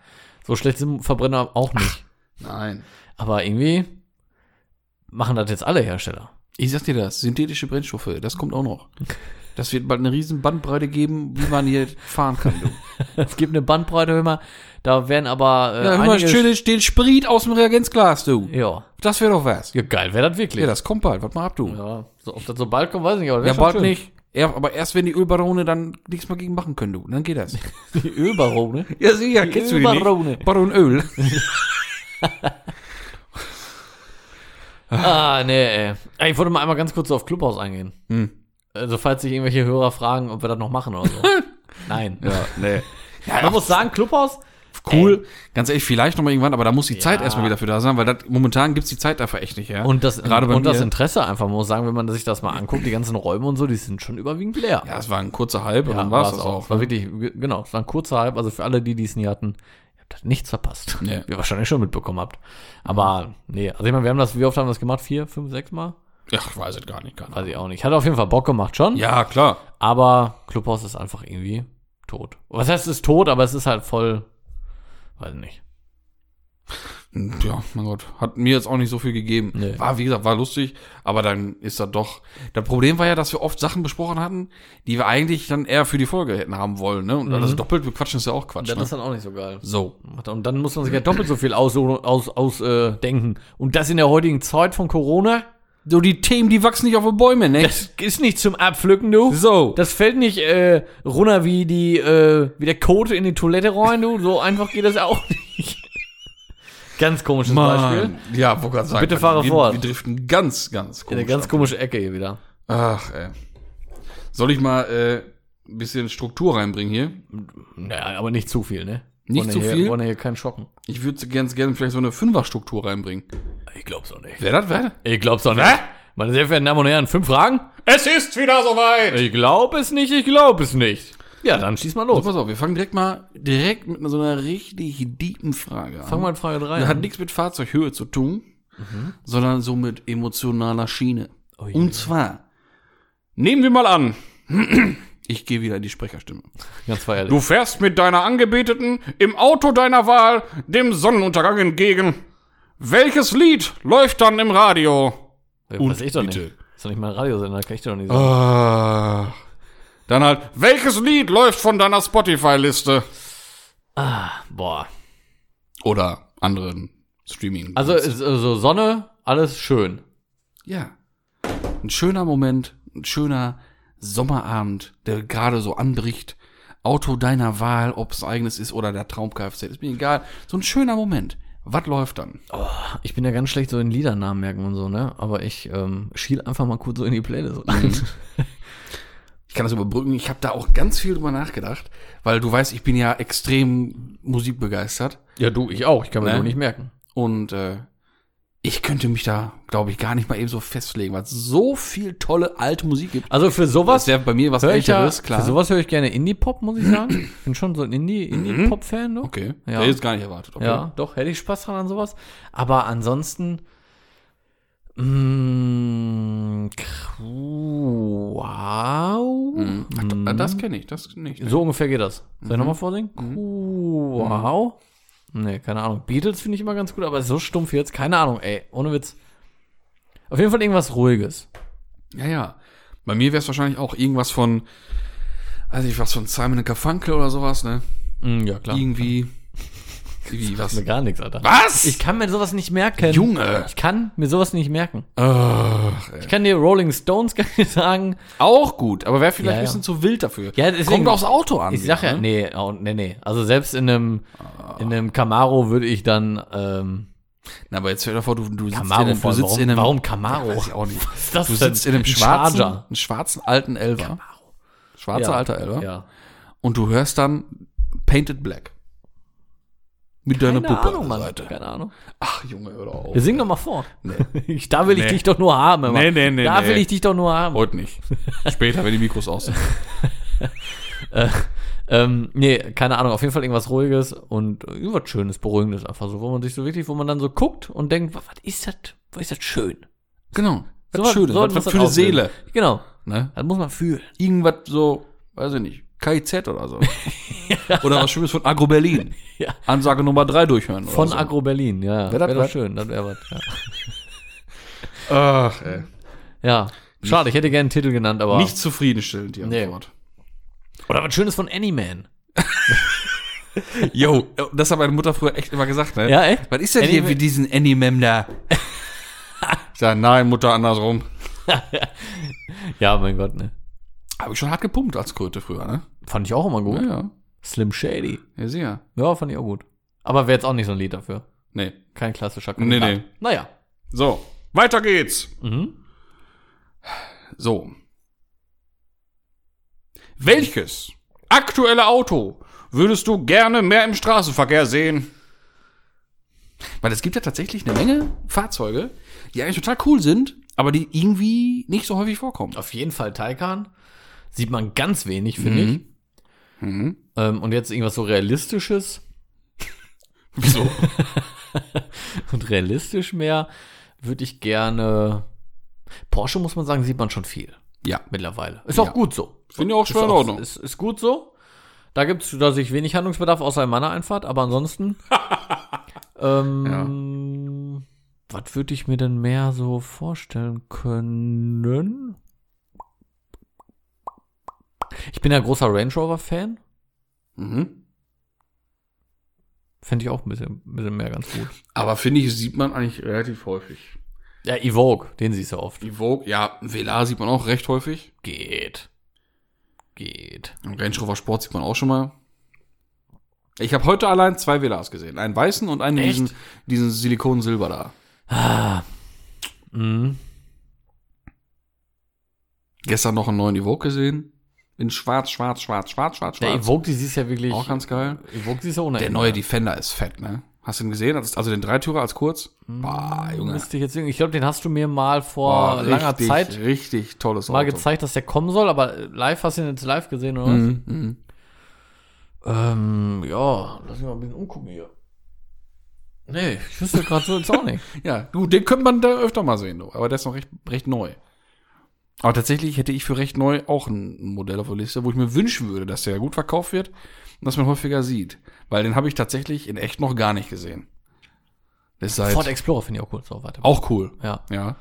[SPEAKER 2] So schlecht sind Verbrenner auch nicht.
[SPEAKER 3] Nein.
[SPEAKER 2] Aber irgendwie machen das jetzt alle Hersteller.
[SPEAKER 3] Ich sag dir das, synthetische Brennstoffe, das kommt auch noch. Das wird bald eine riesen Bandbreite geben, wie man hier fahren kann. Du.
[SPEAKER 2] Es gibt eine Bandbreite, hör mal. Da werden aber äh,
[SPEAKER 3] Ja, hör mal,
[SPEAKER 2] einige...
[SPEAKER 3] schön den Sprit aus dem Reagenzglas, du.
[SPEAKER 2] ja.
[SPEAKER 3] Das wäre doch was.
[SPEAKER 2] ja, geil wäre das wirklich.
[SPEAKER 3] Ja,
[SPEAKER 2] Ja,
[SPEAKER 3] das kommt bald. Warte mal ab, du.
[SPEAKER 2] so, ob das so bald kommt, weiß ich nicht. Aber wär
[SPEAKER 3] Ja,
[SPEAKER 2] schon
[SPEAKER 3] bald
[SPEAKER 2] schön.
[SPEAKER 3] nicht. Ja, aber erst wenn die Ölbarone dann nichts mehr gegen machen können, du. Dann geht das.
[SPEAKER 2] Die Ölbarone.
[SPEAKER 3] Ja, sicher,
[SPEAKER 2] kennst du die nicht?
[SPEAKER 3] Baron Öl.
[SPEAKER 2] ah, nee, ey. Ey, Ich wollte mal einmal ganz kurz so auf Clubhaus eingehen.
[SPEAKER 3] Hm.
[SPEAKER 2] Also, falls sich irgendwelche Hörer fragen, ob wir das noch machen oder so. Nein.
[SPEAKER 3] Ja, nee.
[SPEAKER 2] Man muss sagen, Clubhaus,
[SPEAKER 3] Cool. Ähm, Ganz ehrlich, vielleicht nochmal irgendwann, aber da muss die Zeit
[SPEAKER 2] Ja.
[SPEAKER 3] erstmal wieder für da sein, weil das, momentan gibt's die Zeit einfach echt nicht, ja.
[SPEAKER 2] Und das,
[SPEAKER 3] Gerade bei
[SPEAKER 2] und das
[SPEAKER 3] mir.
[SPEAKER 2] Interesse einfach, man muss sagen, wenn man sich das mal anguckt, die ganzen Räume und so, die sind schon überwiegend leer.
[SPEAKER 3] ja, es war ein kurzer Hype und
[SPEAKER 2] Ja,
[SPEAKER 3] dann war's
[SPEAKER 2] war's
[SPEAKER 3] das
[SPEAKER 2] Es
[SPEAKER 3] auch. ne?
[SPEAKER 2] war wirklich, ge- genau, es war ein kurzer Hype, also für alle, die, die es nie hatten, ihr habt das nichts verpasst.
[SPEAKER 3] Nee.
[SPEAKER 2] Wie ihr wahrscheinlich schon mitbekommen habt. Aber, nee, also ich meine, wir haben das, wie oft haben wir das gemacht? Vier, fünf, sechs Mal?
[SPEAKER 3] Ja, ich weiß es gar nicht. Gar nicht.
[SPEAKER 2] Weiß ich auch nicht. Hat auf jeden Fall Bock gemacht schon.
[SPEAKER 3] Ja, klar.
[SPEAKER 2] Aber Clubhaus ist einfach irgendwie tot. Was heißt, es ist tot, aber es ist halt voll, weiß ich nicht.
[SPEAKER 3] Ja, mein Gott. Hat mir jetzt auch nicht so viel gegeben.
[SPEAKER 2] Nee.
[SPEAKER 3] War, wie gesagt, war lustig, aber dann ist das doch. Das Problem war ja, dass wir oft Sachen besprochen hatten, die wir eigentlich dann eher für die Folge hätten haben wollen, ne? Und das doppelt bequatschen ist ja auch Quatsch. Ne?
[SPEAKER 2] dann auch nicht so geil.
[SPEAKER 3] So.
[SPEAKER 2] Und dann muss man sich ja doppelt so viel ausdenken. Aus, aus, äh, denken. und das in der heutigen Zeit von Corona?
[SPEAKER 3] So, die Themen, die wachsen nicht auf den Bäumen, ne?
[SPEAKER 2] Das ist nicht zum Abpflücken, du.
[SPEAKER 3] So.
[SPEAKER 2] Das fällt nicht äh, runter wie die äh, wie der Code in die Toilette rein, du. So einfach geht das auch nicht. Ganz komisches Beispiel.
[SPEAKER 3] Ja, wo gerade sagen.
[SPEAKER 2] Bitte fahre
[SPEAKER 3] wir,
[SPEAKER 2] fort.
[SPEAKER 3] Wir driften ganz, ganz
[SPEAKER 2] In
[SPEAKER 3] komisch.
[SPEAKER 2] eine ganz komische Ecke hier wieder.
[SPEAKER 3] Ach, ey. Soll ich mal äh, ein bisschen Struktur reinbringen hier?
[SPEAKER 2] Naja, aber nicht zu viel, ne?
[SPEAKER 3] Nicht
[SPEAKER 2] Wollen
[SPEAKER 3] zu
[SPEAKER 2] hier,
[SPEAKER 3] viel?
[SPEAKER 2] Wollen hier keinen schocken.
[SPEAKER 3] Ich würde ganz gerne vielleicht so eine Fünferstruktur reinbringen.
[SPEAKER 2] Ich glaub's auch nicht.
[SPEAKER 3] Wer das wäre?
[SPEAKER 2] Ich glaub's auch nicht. Meine sehr verehrten Damen und Herren, fünf Fragen?
[SPEAKER 1] Es ist wieder soweit.
[SPEAKER 2] Ich glaub es nicht, ich glaub es nicht. Ja, dann schieß mal
[SPEAKER 3] So,
[SPEAKER 2] los.
[SPEAKER 3] pass auf, wir fangen direkt mal direkt mit so einer richtig deepen Frage an.
[SPEAKER 2] Fang mal in Frage 3
[SPEAKER 3] Das hat
[SPEAKER 2] an.
[SPEAKER 3] nichts mit Fahrzeughöhe zu tun, sondern so mit emotionaler Schiene.
[SPEAKER 2] Ui.
[SPEAKER 3] Und zwar, nehmen wir mal an, ich gehe wieder in die Sprecherstimme.
[SPEAKER 2] Ganz feierlich.
[SPEAKER 1] Du fährst mit deiner Angebeteten im Auto deiner Wahl dem Sonnenuntergang entgegen. Welches Lied läuft dann im Radio?
[SPEAKER 2] Und Äh, weiß ich doch
[SPEAKER 3] bitte.
[SPEAKER 2] nicht. Ist doch nicht mein Radiosender, kann ich dir doch nicht sagen.
[SPEAKER 3] Ah.
[SPEAKER 1] Dann halt, welches Lied läuft von deiner Spotify-Liste?
[SPEAKER 2] Boah.
[SPEAKER 3] Oder anderen Streaming.
[SPEAKER 2] Also ist, äh, so Sonne, alles schön.
[SPEAKER 3] ja. Ein schöner Moment, ein schöner Sommerabend, der gerade so anbricht. Auto deiner Wahl, ob es eigenes ist oder der Traum-Kfz, ist mir egal. So ein schöner Moment. Was läuft dann?
[SPEAKER 2] Ich bin ja ganz schlecht so in Liedernamen merken und so, ne? Aber ich ähm, schiel einfach mal kurz so in die Playlist rein.
[SPEAKER 3] Ich kann das überbrücken. Ich habe da auch ganz viel drüber nachgedacht, weil du weißt, ich bin ja extrem musikbegeistert.
[SPEAKER 2] Ja, du, ich auch. Ich kann mir
[SPEAKER 3] Ne?
[SPEAKER 2] nur nicht merken.
[SPEAKER 3] Und äh, ich könnte mich da, glaube ich, gar nicht mal eben so festlegen, weil es so viel tolle alte Musik gibt.
[SPEAKER 2] Also für sowas
[SPEAKER 3] Das wäre bei mir was
[SPEAKER 2] höre ich ja,
[SPEAKER 3] Älteres,
[SPEAKER 2] für sowas höre ich gerne Indie-Pop, muss ich sagen. Ich bin schon so ein Indie- Indie-Pop-Fan. doch.
[SPEAKER 3] Okay.
[SPEAKER 2] Ja.
[SPEAKER 3] Hätte ich jetzt gar nicht erwartet. Okay.
[SPEAKER 2] Ja, doch, hätte ich Spaß dran an sowas. Aber ansonsten. Mm, kr- wow.
[SPEAKER 3] Ah, d- ah, Das kenne ich, das nicht.
[SPEAKER 2] So ungefähr geht das. Soll ich nochmal vorsingen? Wow. Nee, keine Ahnung. Beatles finde ich immer ganz gut, aber so stumpf jetzt. Keine Ahnung, ey. Ohne Witz. Auf jeden Fall irgendwas Ruhiges.
[SPEAKER 3] Ja, ja. Bei mir wäre es wahrscheinlich auch irgendwas von, weiß ich was, von Simon and Garfunkel oder sowas, ne?
[SPEAKER 2] Mm, ja, klar.
[SPEAKER 3] Irgendwie. Irgendwie
[SPEAKER 2] Das
[SPEAKER 3] was.
[SPEAKER 2] ist mir gar nichts, Alter.
[SPEAKER 3] Was?
[SPEAKER 2] Ich kann mir sowas nicht merken.
[SPEAKER 3] Junge.
[SPEAKER 2] Ich kann mir sowas nicht merken.
[SPEAKER 3] Ach, ey.
[SPEAKER 2] Ich kann dir Rolling Stones gar nicht sagen.
[SPEAKER 3] auch gut, aber wäre vielleicht
[SPEAKER 2] Ja,
[SPEAKER 3] ein
[SPEAKER 2] ja.
[SPEAKER 3] bisschen zu wild dafür.
[SPEAKER 2] Ja, deswegen-
[SPEAKER 3] Kommt aufs Auto an.
[SPEAKER 2] Ich sag ja,
[SPEAKER 3] ne?
[SPEAKER 2] nee, au- nee, nee. Also selbst in einem, in einem Camaro würde ich dann, ähm,
[SPEAKER 3] Na, aber jetzt stell dir vor, du, du sitzt,
[SPEAKER 2] Camaro,
[SPEAKER 3] in einem, du
[SPEAKER 2] vor allem.
[SPEAKER 3] sitzt
[SPEAKER 2] warum,
[SPEAKER 3] in einem,
[SPEAKER 2] warum Camaro?
[SPEAKER 3] Weiß ich auch nicht.
[SPEAKER 2] Was ist das
[SPEAKER 3] Du
[SPEAKER 2] denn?
[SPEAKER 3] sitzt in einem
[SPEAKER 2] Ein
[SPEAKER 3] schwarzen,
[SPEAKER 2] Charger.
[SPEAKER 3] einen schwarzen alten Elver. Schwarzer
[SPEAKER 2] Ja.
[SPEAKER 3] alter Elver.
[SPEAKER 2] Ja.
[SPEAKER 3] Und du hörst dann Painted Black. Mit deiner
[SPEAKER 2] Keine
[SPEAKER 3] Puppe
[SPEAKER 2] Ahnung,
[SPEAKER 3] an der
[SPEAKER 2] Mann.
[SPEAKER 3] Seite.
[SPEAKER 2] Keine Ahnung.
[SPEAKER 3] Ach, Junge, hör doch auf.
[SPEAKER 2] Wir singen doch mal vor. Ich, da will ich dich doch nur haben. Immer.
[SPEAKER 3] Nee, nee, nee,
[SPEAKER 2] Da
[SPEAKER 3] nee.
[SPEAKER 2] will ich dich doch nur haben.
[SPEAKER 3] Heute nicht. Später, wenn die Mikros aus sind.
[SPEAKER 2] Ähm, nee, keine Ahnung. Auf jeden Fall irgendwas Ruhiges und irgendwas Schönes, Beruhigendes einfach so, wo man sich so wirklich, wo man dann so guckt und denkt, was was ist das? Was ist das schön?
[SPEAKER 3] Genau.
[SPEAKER 2] So
[SPEAKER 3] Was Schönes,
[SPEAKER 2] so
[SPEAKER 3] was, was
[SPEAKER 2] muss
[SPEAKER 3] für
[SPEAKER 2] das
[SPEAKER 3] eine
[SPEAKER 2] auslösen.
[SPEAKER 3] Seele.
[SPEAKER 2] Genau.
[SPEAKER 3] Ne?
[SPEAKER 2] Das muss man fühlen.
[SPEAKER 3] Irgendwas so, weiß ich nicht, KIZ oder so. Oder was Schönes von Agro Berlin.
[SPEAKER 2] Ja.
[SPEAKER 3] Ansage Nummer 3 durchhören.
[SPEAKER 2] Von
[SPEAKER 3] oder so.
[SPEAKER 2] Agro Berlin, ja.
[SPEAKER 3] Wär das
[SPEAKER 2] Wäre doch
[SPEAKER 3] was?
[SPEAKER 2] schön, das wäre was. Ja.
[SPEAKER 3] Ach, ey.
[SPEAKER 2] ja. Schade, ich hätte gerne einen Titel genannt, aber.
[SPEAKER 3] Nicht zufriedenstellend, die
[SPEAKER 2] Nee.
[SPEAKER 3] Antwort.
[SPEAKER 2] Oder was Schönes von Anyman.
[SPEAKER 3] Yo, das hat meine Mutter früher echt immer gesagt, ne?
[SPEAKER 2] Ja, echt?
[SPEAKER 3] Was ist denn
[SPEAKER 2] Anime-
[SPEAKER 3] hier mit diesen Animem da? ich sag, nein, Mutter, andersrum.
[SPEAKER 2] Ja, mein Gott, ne.
[SPEAKER 3] Habe ich schon hart gepumpt als Kröte früher, ne?
[SPEAKER 2] Fand ich auch immer gut.
[SPEAKER 3] ja.
[SPEAKER 2] Slim Shady.
[SPEAKER 3] Ja, sicher.
[SPEAKER 2] Ja, fand ich auch gut. Aber wäre jetzt auch nicht so ein Lied dafür.
[SPEAKER 3] Nee.
[SPEAKER 2] Kein klassischer
[SPEAKER 3] Nee,
[SPEAKER 2] Kandidat.
[SPEAKER 3] nee.
[SPEAKER 2] Naja.
[SPEAKER 1] So, weiter geht's.
[SPEAKER 2] Mhm.
[SPEAKER 3] So.
[SPEAKER 1] Welches aktuelle Auto würdest du gerne mehr im Straßenverkehr sehen?
[SPEAKER 3] Weil es gibt ja tatsächlich eine Menge Fahrzeuge, die eigentlich total cool sind, aber die irgendwie nicht so häufig vorkommen.
[SPEAKER 2] Auf jeden Fall Taycan. Sieht man ganz wenig, finde ich. Ähm, und jetzt irgendwas so Realistisches
[SPEAKER 3] Wieso?
[SPEAKER 2] und realistisch mehr würde ich gerne. Porsche, muss man sagen, sieht man schon viel.
[SPEAKER 3] ja.
[SPEAKER 2] mittlerweile. Ist auch
[SPEAKER 3] Ja.
[SPEAKER 2] gut so.
[SPEAKER 3] Finde ich auch
[SPEAKER 2] Ist
[SPEAKER 3] schwer in Ordnung.
[SPEAKER 2] Ist, ist gut so. Da gibt's da sich wenig Handlungsbedarf außer in meiner Einfahrt, aber ansonsten. ähm, Was würde ich mir denn mehr so vorstellen können? Ich bin ja großer Range Rover-Fan.
[SPEAKER 3] Mhm.
[SPEAKER 2] Fände ich auch ein bisschen, ein bisschen mehr ganz gut.
[SPEAKER 3] Aber finde ich, sieht man eigentlich relativ häufig.
[SPEAKER 2] Ja, Evoque, den siehst du oft.
[SPEAKER 3] Die Vogue, ja, Velar sieht man auch recht häufig.
[SPEAKER 2] Geht. Geht.
[SPEAKER 3] Und Range Rover Sport sieht man auch schon mal. Ich habe heute allein zwei Velars gesehen. Einen weißen und einen
[SPEAKER 2] Echt?
[SPEAKER 3] diesen, diesen Silikon-Silber da.
[SPEAKER 2] Mhm.
[SPEAKER 3] Gestern noch einen neuen Evoque gesehen. In schwarz, schwarz, schwarz, schwarz, schwarz,
[SPEAKER 2] Der
[SPEAKER 3] schwarz.
[SPEAKER 2] Evoque, die siehst du ja wirklich.
[SPEAKER 3] Auch ganz geil.
[SPEAKER 2] Evoque siehst du ohne
[SPEAKER 3] Der
[SPEAKER 2] Ende.
[SPEAKER 3] neue Defender ist fett, ne? Hast du ihn gesehen? Also also den Dreitürer als kurz? Boah, Ah, Junge.
[SPEAKER 2] Müsste ich jetzt irgendwie- ich glaube, den hast du mir mal vor
[SPEAKER 3] Boah,
[SPEAKER 2] langer
[SPEAKER 3] richtig,
[SPEAKER 2] Zeit
[SPEAKER 3] Richtig tolles
[SPEAKER 2] mal gezeigt, dass der kommen soll, aber live hast du ihn jetzt live gesehen, oder? was?
[SPEAKER 3] Mhm. Mhm.
[SPEAKER 2] Ähm, ja, lass mich mal ein bisschen umgucken hier. Nee, ich wüsste gerade so jetzt auch nicht.
[SPEAKER 3] Ja, du, den könnte man da öfter mal sehen, du. aber der ist noch recht, recht neu. Aber tatsächlich hätte ich für recht neu auch ein Modell auf der Liste, wo ich mir wünschen würde, dass der gut verkauft wird und dass man häufiger sieht. Weil den habe ich tatsächlich in echt noch gar nicht gesehen. Das ist
[SPEAKER 2] Ford
[SPEAKER 3] halt
[SPEAKER 2] Explorer finde ich auch cool. So, warte.
[SPEAKER 3] auch cool.
[SPEAKER 2] Ja.
[SPEAKER 3] Ja.